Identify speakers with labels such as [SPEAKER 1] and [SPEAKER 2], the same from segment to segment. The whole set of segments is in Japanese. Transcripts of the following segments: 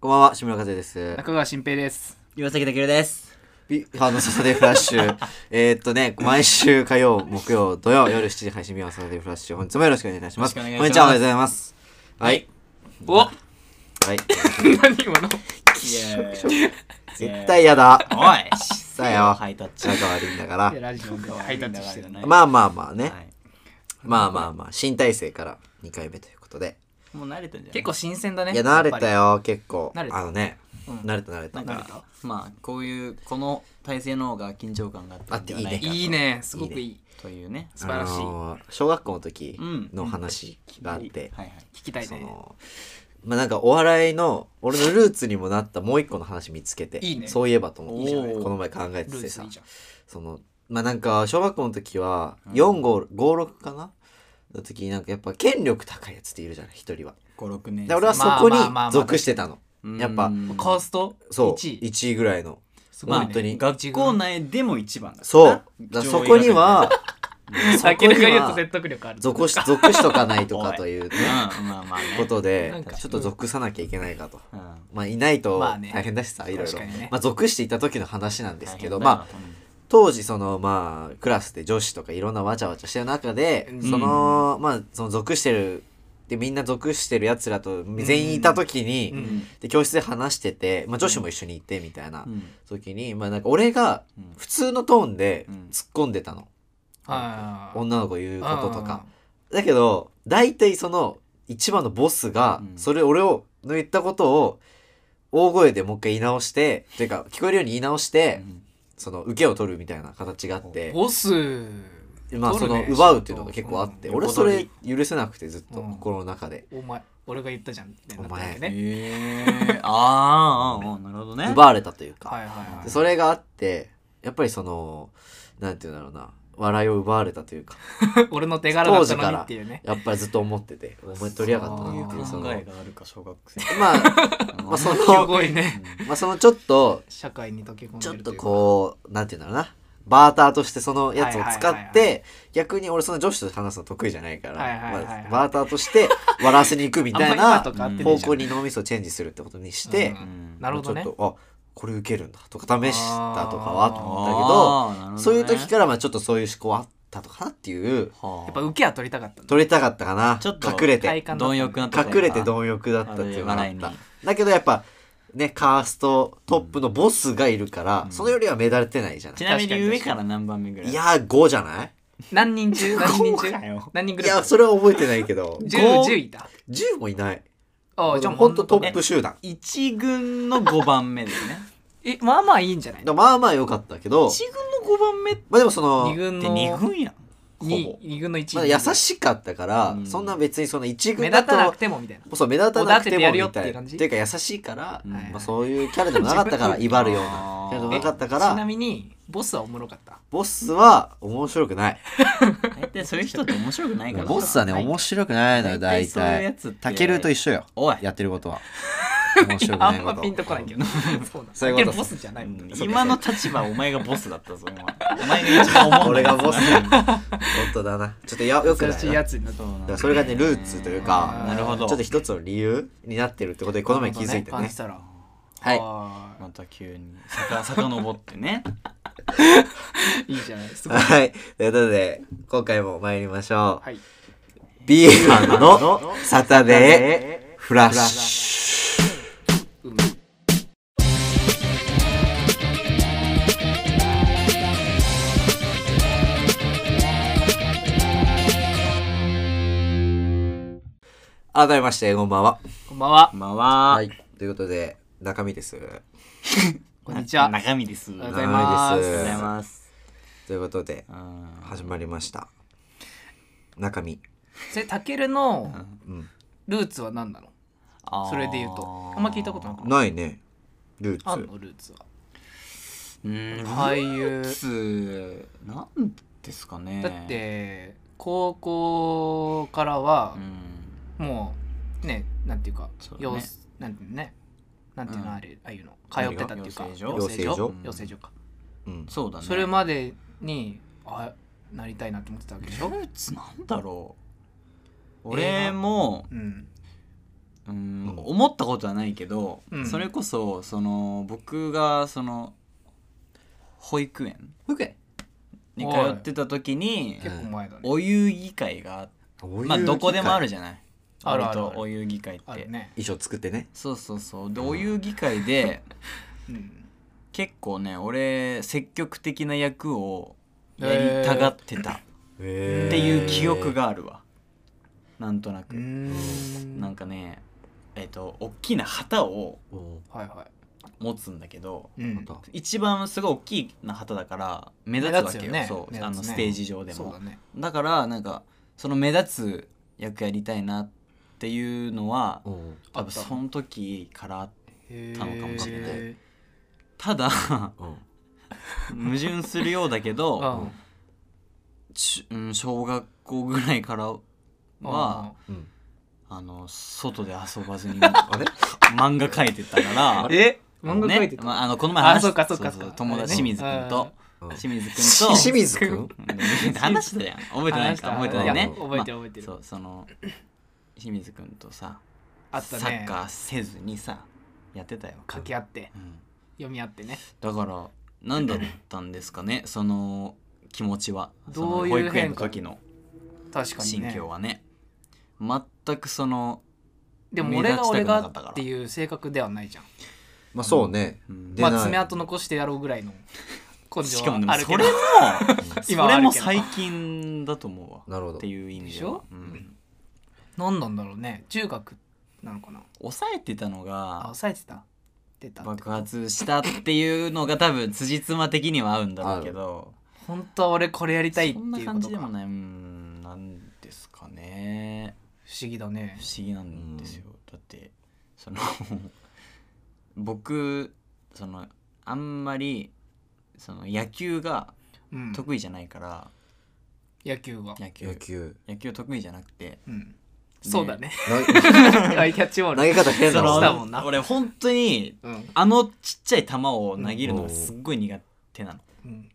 [SPEAKER 1] こんばんは、志村和也です。
[SPEAKER 2] 中川新平です。
[SPEAKER 3] 岩崎健です。
[SPEAKER 1] ビファーのサタデーフラッシ ュ。えーっとね、毎週火曜、木曜、土曜、夜7時配信日はサタデーフラッシュ。本日もよろしくお願いいたします。
[SPEAKER 3] よろしく
[SPEAKER 1] こ
[SPEAKER 3] お
[SPEAKER 1] ん
[SPEAKER 3] 願い
[SPEAKER 1] に
[SPEAKER 3] します
[SPEAKER 1] ちは、おはようございます。はい。
[SPEAKER 2] お何
[SPEAKER 1] はい。
[SPEAKER 2] 今の
[SPEAKER 3] いや
[SPEAKER 1] 絶対嫌だ。
[SPEAKER 3] おい
[SPEAKER 1] だよ
[SPEAKER 3] ハイタッチ。
[SPEAKER 1] 仲悪いんだから
[SPEAKER 2] いや。ラジオで配達してるね。
[SPEAKER 3] ね
[SPEAKER 1] まあまあまあね。
[SPEAKER 3] はい
[SPEAKER 1] まあまあまあ、新体制から2回目ということで。
[SPEAKER 3] もう慣れたんじゃない
[SPEAKER 2] 結構新鮮だね。
[SPEAKER 1] いや、慣れた
[SPEAKER 2] やっ
[SPEAKER 1] よ、結構。
[SPEAKER 2] 慣れた
[SPEAKER 1] あのね、
[SPEAKER 3] うん
[SPEAKER 1] 慣れた慣れ
[SPEAKER 3] なん
[SPEAKER 1] た。
[SPEAKER 3] か、まあ、こういう、この体勢の方が緊張感があって
[SPEAKER 1] あっていいね
[SPEAKER 2] ぱり。いいね。すごくいい。
[SPEAKER 3] というね。
[SPEAKER 2] 素晴らしい
[SPEAKER 1] あのー小学校の時
[SPEAKER 3] うん
[SPEAKER 1] の話があって、
[SPEAKER 3] はいはい。
[SPEAKER 2] 聞きたい
[SPEAKER 1] そ
[SPEAKER 2] ね。
[SPEAKER 1] のまあなんかお笑いの俺のルーツにもなったもう一個の話見つけて
[SPEAKER 2] いいね
[SPEAKER 1] そういえばと思っ
[SPEAKER 3] いい
[SPEAKER 1] て
[SPEAKER 3] じゃない
[SPEAKER 1] この前考え
[SPEAKER 2] ル
[SPEAKER 1] て
[SPEAKER 2] ー
[SPEAKER 1] て
[SPEAKER 2] ス
[SPEAKER 1] さ
[SPEAKER 2] いいじゃん。
[SPEAKER 1] そのまあなんか小学校の時は
[SPEAKER 3] うん
[SPEAKER 1] 4556かなの時になんかやっぱ権力高いやつっているじゃない一人は
[SPEAKER 3] 5、6年
[SPEAKER 1] で俺はそこに
[SPEAKER 2] まあまあまあ
[SPEAKER 1] 属してたの
[SPEAKER 3] うん
[SPEAKER 1] やっぱ
[SPEAKER 2] カースト
[SPEAKER 1] そう
[SPEAKER 2] 1
[SPEAKER 1] 1
[SPEAKER 2] 位。
[SPEAKER 1] 位ぐらいの
[SPEAKER 2] す
[SPEAKER 1] 本当に
[SPEAKER 2] 学
[SPEAKER 3] 学校内でも一番だ
[SPEAKER 1] そうだ からそこに。はそ
[SPEAKER 2] だ
[SPEAKER 1] こ
[SPEAKER 2] け
[SPEAKER 1] に
[SPEAKER 2] が言うと
[SPEAKER 1] は
[SPEAKER 2] 説得力ある。
[SPEAKER 1] 属し属しとかないとかというね
[SPEAKER 3] うん、まあまあね。
[SPEAKER 1] ことで
[SPEAKER 2] なんか
[SPEAKER 1] ちょっと属さなきゃいけないかと。
[SPEAKER 3] うん
[SPEAKER 1] まあ、いないと
[SPEAKER 2] まあ
[SPEAKER 1] 大
[SPEAKER 2] ね
[SPEAKER 1] 変だしさ、いろいろ
[SPEAKER 2] 確かにね。
[SPEAKER 1] まあ、属していた時の話なんですけど、
[SPEAKER 3] 大変だよ
[SPEAKER 1] まあ、当時、その、まあ、クラスで女子とかいろんなわちゃわちゃしてる中で、
[SPEAKER 2] うん
[SPEAKER 1] その、まあ、その属してる、で、みんな属してる奴らと全員いた時に、
[SPEAKER 2] うん
[SPEAKER 3] うん
[SPEAKER 1] で、教室で話してて、まあ、女子も一緒にいて、みたいな
[SPEAKER 3] うん
[SPEAKER 1] 時に、まあ、なんか俺が
[SPEAKER 3] うん
[SPEAKER 1] 普通のトーンで
[SPEAKER 3] うん
[SPEAKER 1] 突っ込んでたの。
[SPEAKER 2] あー
[SPEAKER 1] 女の子言うこととか。。だけど、大体その、一番のボスが
[SPEAKER 3] う、ん
[SPEAKER 1] それ、俺を、の言ったことを、大声でもう一回言い直して、というか、聞こえるように言い直して、その、受けを取るみたいな形があって、
[SPEAKER 2] ボス。
[SPEAKER 1] まあ、その、
[SPEAKER 2] 取るね
[SPEAKER 1] 奪うっていうのが結構あって、
[SPEAKER 2] うん
[SPEAKER 1] 俺それ許せなくて、ずっと、
[SPEAKER 2] うん
[SPEAKER 1] 心の中で。
[SPEAKER 2] お前、俺が言ったじゃんってなったわけ
[SPEAKER 3] え
[SPEAKER 2] ね。
[SPEAKER 3] ーあーあー、あーなるほどね。
[SPEAKER 1] 奪われたという
[SPEAKER 2] はい
[SPEAKER 1] か。
[SPEAKER 2] はいは
[SPEAKER 1] で
[SPEAKER 2] い。
[SPEAKER 1] それがあって、やっぱりその、なんて言うんだろうな、笑いを奪われたというか、
[SPEAKER 2] 俺の手柄だったのにっていうね。
[SPEAKER 1] やっぱりずっと思ってて、お前取りやがったなっていう、そ
[SPEAKER 3] 考
[SPEAKER 1] の、
[SPEAKER 3] えがあるか、小学生。
[SPEAKER 1] まあ、まあ、そ
[SPEAKER 2] す
[SPEAKER 1] の、
[SPEAKER 2] ごいね。
[SPEAKER 1] まあ、そのちょっと、
[SPEAKER 2] 社会に溶け込んで
[SPEAKER 1] ちょっ
[SPEAKER 2] ると
[SPEAKER 1] と
[SPEAKER 2] いうか
[SPEAKER 1] こう、なんて言うんだろうな。バーターとしてそのやつを使
[SPEAKER 2] はいはい
[SPEAKER 1] っ
[SPEAKER 2] はいは
[SPEAKER 1] て、逆に俺その女子と話すの得意じゃないから、
[SPEAKER 2] はいはいはいはい
[SPEAKER 1] まあバーターとして笑わせに行くみたい
[SPEAKER 2] あんま今
[SPEAKER 1] な
[SPEAKER 2] とか合ってな
[SPEAKER 1] 方
[SPEAKER 2] いじゃん
[SPEAKER 1] 向に脳みそをチェンジするってことにして、
[SPEAKER 2] うん
[SPEAKER 3] うん
[SPEAKER 2] なるほどね
[SPEAKER 1] ちょっと、あ、これ受けるんだとか試したとかはと思っ
[SPEAKER 3] あーなるほ
[SPEAKER 1] た
[SPEAKER 3] ど
[SPEAKER 1] け
[SPEAKER 3] ね
[SPEAKER 1] ど、そういう時からまあちょっとそういう思考あったとかなっていう、
[SPEAKER 3] はあ
[SPEAKER 2] やっぱ受けは取りたかったんだ
[SPEAKER 1] 取れたかったかな。
[SPEAKER 3] ちょっと
[SPEAKER 1] 隠れ
[SPEAKER 2] 体
[SPEAKER 1] て、
[SPEAKER 2] 感だった
[SPEAKER 3] 貪欲なとこ
[SPEAKER 1] 隠れて貪欲だったっていうのがあ
[SPEAKER 3] あれ
[SPEAKER 1] っ
[SPEAKER 3] 笑
[SPEAKER 1] た
[SPEAKER 3] いに。
[SPEAKER 1] だけどやっぱ、ね、カーストトップのボスがいるから、そのよりは目立てないじゃない
[SPEAKER 3] ち。なみに上から何番目ぐらい
[SPEAKER 1] いやー、5じゃない
[SPEAKER 2] 何人中何人中
[SPEAKER 3] 豪華よ
[SPEAKER 2] 何人ぐ
[SPEAKER 1] い
[SPEAKER 2] らい、
[SPEAKER 1] や、それは覚えてないけど
[SPEAKER 2] 10, 10いた
[SPEAKER 1] 10もいない。
[SPEAKER 2] ああじゃあ
[SPEAKER 1] ほんとトッ
[SPEAKER 2] ね
[SPEAKER 1] プ集団。
[SPEAKER 3] 1軍の5番目ですね
[SPEAKER 2] えまあまあいいんじゃない
[SPEAKER 1] でもまあまあ良かったけど
[SPEAKER 3] 1、軍の5番目って
[SPEAKER 1] まあでもその
[SPEAKER 2] 2、軍の
[SPEAKER 3] 2軍やん
[SPEAKER 2] に二軍の1
[SPEAKER 1] まあ優しかったから、
[SPEAKER 3] うん
[SPEAKER 1] そんな別にその1軍
[SPEAKER 2] 目
[SPEAKER 1] だ
[SPEAKER 2] 立たな
[SPEAKER 1] と
[SPEAKER 2] く、てもみたいな
[SPEAKER 1] そう目立たなくて
[SPEAKER 2] おだててや
[SPEAKER 1] も
[SPEAKER 2] るよ
[SPEAKER 1] み
[SPEAKER 2] って
[SPEAKER 1] た
[SPEAKER 2] いう
[SPEAKER 1] いな。
[SPEAKER 2] 感
[SPEAKER 1] って
[SPEAKER 2] じ
[SPEAKER 1] いうか優しいから、
[SPEAKER 3] うん
[SPEAKER 1] まあそういうキャラでもなかったから、
[SPEAKER 2] 自
[SPEAKER 1] 威張るような
[SPEAKER 3] あー
[SPEAKER 1] キャラでもなかったか
[SPEAKER 2] ちな
[SPEAKER 1] ら、
[SPEAKER 2] みにボスはおもろかった
[SPEAKER 1] ボスは面白くない。
[SPEAKER 3] 大体そういう人って面白くないから
[SPEAKER 1] ボスはね、
[SPEAKER 3] はい
[SPEAKER 1] 面白くないのよ、大
[SPEAKER 3] 大体そういうやつっ
[SPEAKER 1] 体
[SPEAKER 3] て。
[SPEAKER 1] タケルと一緒 よ。
[SPEAKER 3] おい
[SPEAKER 1] やってることは。面白く
[SPEAKER 2] あ
[SPEAKER 1] ない
[SPEAKER 2] ん
[SPEAKER 1] こと。
[SPEAKER 2] まピンとこないけどそうなん
[SPEAKER 1] そういうこ
[SPEAKER 2] だけ
[SPEAKER 1] と
[SPEAKER 2] どボスじゃないもんね
[SPEAKER 3] 今の立場お前がボスだったぞ 今お前が一番思うんだ
[SPEAKER 1] 俺がボス
[SPEAKER 3] そう
[SPEAKER 1] 本当だなちょっとやよく
[SPEAKER 2] 優
[SPEAKER 1] ない
[SPEAKER 2] し
[SPEAKER 1] ないだ
[SPEAKER 2] や
[SPEAKER 1] か
[SPEAKER 2] つになった
[SPEAKER 3] なんだ
[SPEAKER 1] らそれがねルーツというか
[SPEAKER 2] あー
[SPEAKER 3] なるほ
[SPEAKER 1] ちょ
[SPEAKER 3] ど
[SPEAKER 1] っと一つの理由になってるってことでこの前気づいて
[SPEAKER 2] 感
[SPEAKER 1] ね
[SPEAKER 2] じたら
[SPEAKER 1] はい
[SPEAKER 2] は
[SPEAKER 3] また急にさかさかのぼってね
[SPEAKER 2] いいいじゃないですか
[SPEAKER 1] はいということで今回も参りましょう
[SPEAKER 2] はい
[SPEAKER 1] ビーハンのサタデーフラッシュ
[SPEAKER 2] うん
[SPEAKER 1] 改めましてこんばんは
[SPEAKER 2] こんばんは
[SPEAKER 3] こんばんは
[SPEAKER 1] はいということで中身です
[SPEAKER 2] こんにちは
[SPEAKER 3] 中身ですおは
[SPEAKER 2] あり
[SPEAKER 3] よ
[SPEAKER 2] が
[SPEAKER 3] う
[SPEAKER 2] とうご
[SPEAKER 1] おはようござ
[SPEAKER 2] ざいま
[SPEAKER 1] い
[SPEAKER 3] ござい
[SPEAKER 2] す
[SPEAKER 3] ます
[SPEAKER 1] ということで
[SPEAKER 3] うん
[SPEAKER 1] 始まりました中身
[SPEAKER 2] それタケルの
[SPEAKER 1] うん
[SPEAKER 2] ルーツは何なの
[SPEAKER 3] あー
[SPEAKER 2] それで言うとあんま聞いたことなかった
[SPEAKER 1] ないねル
[SPEAKER 2] あ
[SPEAKER 1] ー
[SPEAKER 2] ん
[SPEAKER 1] ツ
[SPEAKER 2] のルーツは
[SPEAKER 3] うん
[SPEAKER 2] 俳優
[SPEAKER 3] つなんですかね
[SPEAKER 2] だって高校からは
[SPEAKER 3] うん
[SPEAKER 2] もうねなんていうか
[SPEAKER 3] そうだね
[SPEAKER 2] 養子なんていうのねなんていう
[SPEAKER 3] うん
[SPEAKER 2] のあれああいうの通ってたっていうか
[SPEAKER 3] 何が
[SPEAKER 2] 養
[SPEAKER 3] 養成所
[SPEAKER 2] 成
[SPEAKER 1] 養成所
[SPEAKER 2] 所
[SPEAKER 3] うん
[SPEAKER 2] 養成所か
[SPEAKER 1] うん
[SPEAKER 3] そうだね
[SPEAKER 2] それまでにあなりたいなって思ってたわけでしょ
[SPEAKER 3] ルーツなんだろう
[SPEAKER 2] 映
[SPEAKER 3] 俺
[SPEAKER 2] 画
[SPEAKER 3] も
[SPEAKER 2] うん
[SPEAKER 3] うん思ったことはないけど、
[SPEAKER 2] うん
[SPEAKER 3] それこそその僕がその保育園
[SPEAKER 1] 保育園
[SPEAKER 3] に通ってた時に
[SPEAKER 1] はい
[SPEAKER 2] 結構前だね
[SPEAKER 3] お遊戯会があってまあどこでもあるじゃない
[SPEAKER 2] あるあるある
[SPEAKER 3] 割とお遊戯会って
[SPEAKER 2] あるね
[SPEAKER 1] 衣装作ってね
[SPEAKER 3] そうそうそうで
[SPEAKER 1] うん
[SPEAKER 3] お遊戯会で
[SPEAKER 2] うん
[SPEAKER 3] 結構ね俺積極的な役をやりたがってた
[SPEAKER 1] へー
[SPEAKER 3] っていう記憶があるわなんとな
[SPEAKER 2] う
[SPEAKER 3] く、
[SPEAKER 2] ーん
[SPEAKER 3] なんかねえっ、と大きな旗を
[SPEAKER 1] うん
[SPEAKER 2] はいは
[SPEAKER 3] 持つんだけど
[SPEAKER 2] いうん
[SPEAKER 1] また
[SPEAKER 3] 一番すごい大きいな旗だから目立つわけよ
[SPEAKER 2] 目立つよね
[SPEAKER 3] そう、
[SPEAKER 2] 目立つね
[SPEAKER 3] あのステージ上で
[SPEAKER 2] そ
[SPEAKER 3] も
[SPEAKER 2] うだね
[SPEAKER 3] だからなんかその目立つ役やりたいなっていうのは
[SPEAKER 1] うん
[SPEAKER 2] あ
[SPEAKER 3] 多
[SPEAKER 2] っ
[SPEAKER 3] 分
[SPEAKER 2] た
[SPEAKER 3] その時から
[SPEAKER 2] へー
[SPEAKER 3] たのかもしれないただ
[SPEAKER 1] うん
[SPEAKER 3] 矛盾するようだけ
[SPEAKER 2] う
[SPEAKER 3] ど、
[SPEAKER 2] ん
[SPEAKER 3] ちゅうん小学校ぐらいからは、
[SPEAKER 1] うん
[SPEAKER 3] あの外で遊ばず に
[SPEAKER 1] あれ
[SPEAKER 3] 漫画描いてたから
[SPEAKER 2] え漫画描いて
[SPEAKER 3] ね
[SPEAKER 2] た
[SPEAKER 3] まあ、あのこの前話し
[SPEAKER 2] あそうかそうかそうか
[SPEAKER 3] 友達清水君と
[SPEAKER 1] うん
[SPEAKER 3] 清水君
[SPEAKER 1] し
[SPEAKER 3] と
[SPEAKER 1] 清水くん
[SPEAKER 3] うん話してたやん覚えてない
[SPEAKER 2] 話し
[SPEAKER 3] か
[SPEAKER 2] た
[SPEAKER 3] 覚えてないよね
[SPEAKER 1] うん
[SPEAKER 2] 覚えてる覚えてる
[SPEAKER 3] そうその清水君とさ
[SPEAKER 2] あったね
[SPEAKER 3] サッカーせずにさやってたよ、
[SPEAKER 2] 掛け合って
[SPEAKER 3] うん
[SPEAKER 2] 読み合ってね
[SPEAKER 3] だから何だったんですかねその気持ちは
[SPEAKER 2] どういう
[SPEAKER 3] その保育園の
[SPEAKER 2] 変化
[SPEAKER 3] 時の
[SPEAKER 2] 確かに
[SPEAKER 3] 心
[SPEAKER 2] ね
[SPEAKER 3] 境はね全くその
[SPEAKER 2] でも俺が
[SPEAKER 3] 目
[SPEAKER 2] 俺
[SPEAKER 3] 立ち
[SPEAKER 2] が
[SPEAKER 3] たくなかったから
[SPEAKER 2] っていう性格ではないじゃん
[SPEAKER 1] まあそうね
[SPEAKER 3] うん
[SPEAKER 1] 出
[SPEAKER 2] ま
[SPEAKER 1] ない
[SPEAKER 2] あ爪痕残してやろうぐらいの根
[SPEAKER 3] し
[SPEAKER 2] 性
[SPEAKER 3] かも
[SPEAKER 2] は
[SPEAKER 3] でも
[SPEAKER 2] ある
[SPEAKER 3] そ
[SPEAKER 2] け
[SPEAKER 3] れ
[SPEAKER 2] ど
[SPEAKER 3] も
[SPEAKER 2] 今
[SPEAKER 3] そ
[SPEAKER 2] はあ
[SPEAKER 3] れ
[SPEAKER 2] る
[SPEAKER 3] も
[SPEAKER 2] けど
[SPEAKER 3] 最近だと思うわ
[SPEAKER 1] なるほ
[SPEAKER 3] っ
[SPEAKER 1] ど
[SPEAKER 3] ていう意味では
[SPEAKER 2] でしょ
[SPEAKER 3] うん
[SPEAKER 2] 何なんだろうね中学なのかな
[SPEAKER 3] 抑えてたの
[SPEAKER 2] あ
[SPEAKER 3] が
[SPEAKER 2] 抑えてた出た
[SPEAKER 3] 爆発したっていうのが多分辻褄的には合うんだろうけど
[SPEAKER 2] 本当は俺これやりたいって
[SPEAKER 3] そんない感
[SPEAKER 2] うこ
[SPEAKER 3] じ
[SPEAKER 2] と
[SPEAKER 3] で
[SPEAKER 2] か
[SPEAKER 3] もないうんなんですかね
[SPEAKER 2] 不思議だね
[SPEAKER 3] 不思議なんですよ、だってその 僕そのあんまりその野球が
[SPEAKER 2] うん
[SPEAKER 3] 得意じゃないから、
[SPEAKER 2] 野球は
[SPEAKER 3] 野球
[SPEAKER 1] 野球
[SPEAKER 3] 野球得意じゃなくて
[SPEAKER 2] うんそうだね
[SPEAKER 1] な
[SPEAKER 2] はい キャッチボー
[SPEAKER 1] 投げ
[SPEAKER 2] ル
[SPEAKER 1] 方変だ
[SPEAKER 2] そ
[SPEAKER 1] も
[SPEAKER 2] うんだ
[SPEAKER 1] ね
[SPEAKER 2] もんな
[SPEAKER 3] 俺本当に
[SPEAKER 2] うん
[SPEAKER 3] あのちっちゃい球を投げるのがすっごい苦手なの、
[SPEAKER 2] うん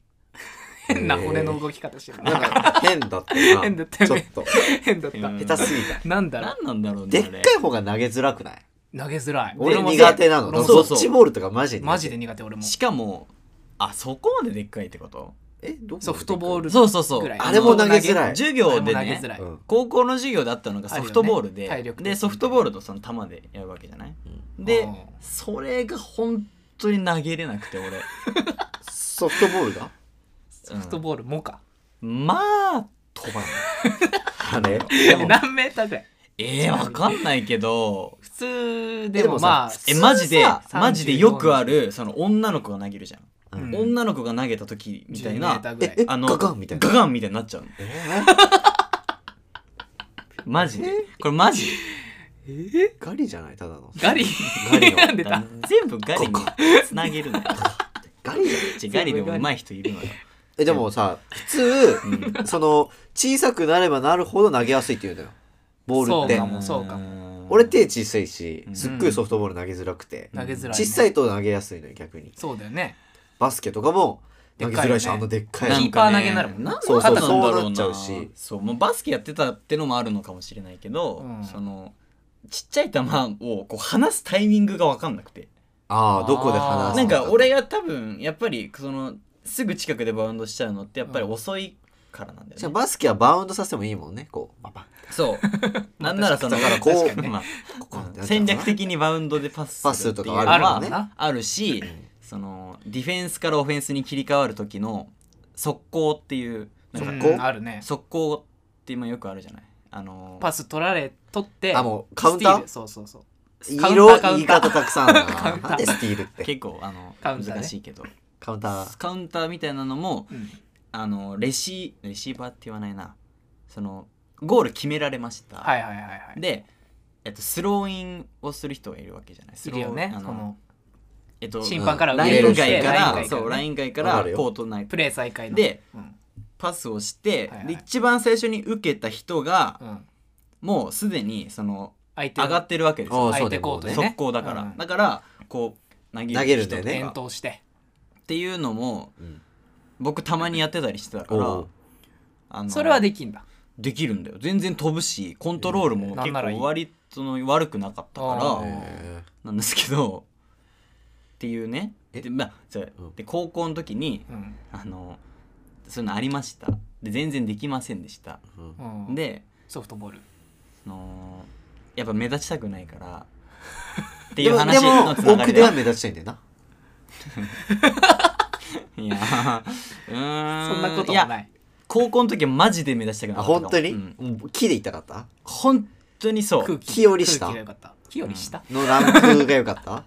[SPEAKER 2] 変な
[SPEAKER 1] へー
[SPEAKER 2] 骨の動き方してる
[SPEAKER 1] なんか変だったよな
[SPEAKER 2] 変だったよね
[SPEAKER 1] ちょっ
[SPEAKER 2] 変だった
[SPEAKER 3] うん
[SPEAKER 1] と下手すぎた
[SPEAKER 2] なんだろ
[SPEAKER 3] 何なんだろう
[SPEAKER 1] でっ
[SPEAKER 3] ねあ
[SPEAKER 1] か
[SPEAKER 3] れ
[SPEAKER 1] い方が投げづらくないう
[SPEAKER 2] 投げづらい
[SPEAKER 1] 俺
[SPEAKER 2] も
[SPEAKER 1] 苦手なの
[SPEAKER 2] 俺も
[SPEAKER 3] そ
[SPEAKER 1] ド
[SPEAKER 3] うそう
[SPEAKER 1] ッジボールとかマジで
[SPEAKER 2] マジで苦手俺も
[SPEAKER 3] しかもあそこまででっかいってこと
[SPEAKER 1] えどこ
[SPEAKER 2] そうフットボール
[SPEAKER 3] そうそうそう
[SPEAKER 2] ぐらい
[SPEAKER 1] あれも投げづらい
[SPEAKER 3] 授
[SPEAKER 2] あれ
[SPEAKER 3] 業
[SPEAKER 2] も
[SPEAKER 3] で
[SPEAKER 2] 投げ
[SPEAKER 3] ね
[SPEAKER 2] づらい
[SPEAKER 1] うん
[SPEAKER 3] 高校の授業であったのがソフトボールで,、
[SPEAKER 2] あるよね体力的に
[SPEAKER 3] でソフトボールとその球でやるわけじゃないで
[SPEAKER 2] あー
[SPEAKER 3] それが本当に投げれなく て俺
[SPEAKER 1] ソフトボールが
[SPEAKER 3] ソ
[SPEAKER 2] フットボールもか
[SPEAKER 3] まあ飛ばない
[SPEAKER 1] あれ
[SPEAKER 3] でも
[SPEAKER 2] 何メーターぐらい
[SPEAKER 3] えー、わかんないけど
[SPEAKER 2] 普通
[SPEAKER 1] え
[SPEAKER 2] で
[SPEAKER 1] で
[SPEAKER 2] も
[SPEAKER 1] もさ
[SPEAKER 2] まあ
[SPEAKER 1] 普
[SPEAKER 3] えマジで
[SPEAKER 2] さ
[SPEAKER 3] マジでよくあるその女の子が投げるじゃん、
[SPEAKER 1] うん
[SPEAKER 2] うん
[SPEAKER 3] 女の子が投げた時みたい
[SPEAKER 2] 10メー
[SPEAKER 3] な
[SPEAKER 2] ターぐら
[SPEAKER 1] え
[SPEAKER 2] い
[SPEAKER 1] え
[SPEAKER 3] あ
[SPEAKER 1] ガ
[SPEAKER 3] の
[SPEAKER 1] ガンみたいな
[SPEAKER 3] ガガンみたいになっちゃうの
[SPEAKER 1] え
[SPEAKER 3] マジでこれマジ
[SPEAKER 1] ーガリじゃないただの
[SPEAKER 2] ガリ
[SPEAKER 1] ガリの
[SPEAKER 2] 選んでた
[SPEAKER 3] 全部ガリにつなげるのよ
[SPEAKER 1] ガリじゃん
[SPEAKER 3] ちょガリでも上手い人いるのよ、
[SPEAKER 1] えでもさ普通
[SPEAKER 3] うん
[SPEAKER 1] その小さくなればなるほど投げやすいって言うんだよボールっ
[SPEAKER 2] そう
[SPEAKER 1] て
[SPEAKER 2] かもそうか
[SPEAKER 1] 俺手小さいし
[SPEAKER 3] うん
[SPEAKER 1] すっごいソフトボール投げづらくて
[SPEAKER 2] 投げづらい
[SPEAKER 1] 小
[SPEAKER 2] ね
[SPEAKER 1] さいと投げやすいのよ逆に
[SPEAKER 2] そうだよね
[SPEAKER 1] バスケとかも投げづらいし
[SPEAKER 2] でっ
[SPEAKER 1] あ
[SPEAKER 2] かいよね
[SPEAKER 1] のでっかい
[SPEAKER 3] な
[SPEAKER 2] キ
[SPEAKER 3] ん
[SPEAKER 2] ーパ
[SPEAKER 3] か
[SPEAKER 2] ー
[SPEAKER 3] ね
[SPEAKER 2] 投げになるもんな
[SPEAKER 1] そうそう
[SPEAKER 3] なんだろ
[SPEAKER 1] そうなっちゃうし
[SPEAKER 3] そうもうバスケやってたってのもあるのかもしれないけど、
[SPEAKER 2] うん
[SPEAKER 3] そのちっちゃい球をこう離すタイミングが分かんなくて
[SPEAKER 1] ああどこで話
[SPEAKER 2] あー
[SPEAKER 1] す
[SPEAKER 3] なんか俺が多分やっぱりそのすぐ近くでバウンドしちゃうのってやっぱり遅いからなんだ
[SPEAKER 1] しか
[SPEAKER 3] よ
[SPEAKER 1] も
[SPEAKER 3] ね、
[SPEAKER 1] バスケはバウンドさせてもいいもんねこうパパ
[SPEAKER 3] そうなんならその
[SPEAKER 1] だからこう
[SPEAKER 3] 確かにねまあ
[SPEAKER 1] ここってなっちゃう
[SPEAKER 3] 戦略的にバウンドでパス
[SPEAKER 1] パスとかは
[SPEAKER 3] ある
[SPEAKER 1] あるも
[SPEAKER 3] の
[SPEAKER 1] ん
[SPEAKER 3] は
[SPEAKER 1] ね
[SPEAKER 2] な
[SPEAKER 3] あるしそのディフェンスからオフェンスに切り替わる時の速攻っていうなんか
[SPEAKER 1] 速
[SPEAKER 2] う
[SPEAKER 1] 攻
[SPEAKER 2] んあるね
[SPEAKER 3] 速攻って今よくあるじゃないあの
[SPEAKER 2] パス取られ取って
[SPEAKER 1] あもうカウンター
[SPEAKER 2] スティルそうそうそうカウンタ
[SPEAKER 1] 色
[SPEAKER 2] ーカウ
[SPEAKER 1] 言
[SPEAKER 2] ン
[SPEAKER 1] い
[SPEAKER 2] ター
[SPEAKER 1] 方たくさんある
[SPEAKER 2] カウン
[SPEAKER 1] な
[SPEAKER 2] ター
[SPEAKER 1] なんでスティールって
[SPEAKER 3] 結構あの
[SPEAKER 2] カウンターね
[SPEAKER 3] 難しいけど
[SPEAKER 1] カウンター
[SPEAKER 3] カウンターみたいなのも
[SPEAKER 2] うん
[SPEAKER 3] あのレシレシーバーって言わないなそのゴール決められました、
[SPEAKER 2] はいはいはいはい
[SPEAKER 3] で、えっと、スローインをする人がいるわけじゃないス
[SPEAKER 2] い
[SPEAKER 3] ロー
[SPEAKER 2] るよね
[SPEAKER 3] あ
[SPEAKER 2] そ
[SPEAKER 3] の、
[SPEAKER 2] の
[SPEAKER 3] えっと、
[SPEAKER 2] 審判から
[SPEAKER 1] うん
[SPEAKER 3] ライン外か
[SPEAKER 1] ライン外から
[SPEAKER 3] ら
[SPEAKER 1] ね
[SPEAKER 3] そうライン外か
[SPEAKER 1] わ
[SPEAKER 3] ら
[SPEAKER 1] かるよ
[SPEAKER 3] コート内
[SPEAKER 2] プレー再開の
[SPEAKER 3] で
[SPEAKER 2] うん
[SPEAKER 3] パスをして、
[SPEAKER 2] はいはい
[SPEAKER 3] で一番最初に受けた人が、
[SPEAKER 2] うん
[SPEAKER 3] もうすでにその
[SPEAKER 2] 相手
[SPEAKER 3] 上がってるわけですよ
[SPEAKER 1] あ
[SPEAKER 2] 相手コート
[SPEAKER 1] あ
[SPEAKER 2] に
[SPEAKER 1] そう
[SPEAKER 2] ね
[SPEAKER 3] 速攻だから、
[SPEAKER 2] うん
[SPEAKER 3] だからこう投げ
[SPEAKER 1] 投げ
[SPEAKER 3] る
[SPEAKER 1] る
[SPEAKER 3] 人
[SPEAKER 1] んだよね
[SPEAKER 3] とか
[SPEAKER 2] 転倒して
[SPEAKER 3] っていうのも
[SPEAKER 1] うん
[SPEAKER 3] 僕たまにやってたりしてたか
[SPEAKER 1] お
[SPEAKER 3] ら
[SPEAKER 1] う
[SPEAKER 3] あの
[SPEAKER 2] それはできんだ
[SPEAKER 3] できるんだよ全然飛ぶしコントロールも
[SPEAKER 2] なん
[SPEAKER 3] 結
[SPEAKER 2] ならいい
[SPEAKER 3] 構割その悪くなかった
[SPEAKER 2] あ
[SPEAKER 3] から
[SPEAKER 2] ー
[SPEAKER 1] へ
[SPEAKER 3] なんですけどっていうね
[SPEAKER 1] え
[SPEAKER 3] で,、まあそう
[SPEAKER 1] うん
[SPEAKER 3] で高校の時に
[SPEAKER 2] うん
[SPEAKER 3] あのそういうのありましたで全然できませんでした
[SPEAKER 1] ーうん
[SPEAKER 2] うん、
[SPEAKER 3] で
[SPEAKER 2] ソフトボール
[SPEAKER 3] そのやっぱ目立ちたくな いからってい
[SPEAKER 1] で
[SPEAKER 3] う
[SPEAKER 1] も
[SPEAKER 3] 話のつ
[SPEAKER 1] でも
[SPEAKER 3] なが
[SPEAKER 1] 奥
[SPEAKER 3] り
[SPEAKER 1] では
[SPEAKER 3] だ
[SPEAKER 1] 目立ちたいんだよな。
[SPEAKER 3] いやうーん
[SPEAKER 2] そんなこと
[SPEAKER 3] い
[SPEAKER 2] も
[SPEAKER 3] や
[SPEAKER 2] ない
[SPEAKER 3] 高校の時はマジで目立ちたくな
[SPEAKER 1] あ
[SPEAKER 3] かったかも
[SPEAKER 1] 本当に、
[SPEAKER 3] うん
[SPEAKER 1] もう木で行ったかった
[SPEAKER 3] 本当にそう
[SPEAKER 2] 空気
[SPEAKER 1] 気よりした
[SPEAKER 2] 空気が良かった気よりした、
[SPEAKER 1] のランクが良かった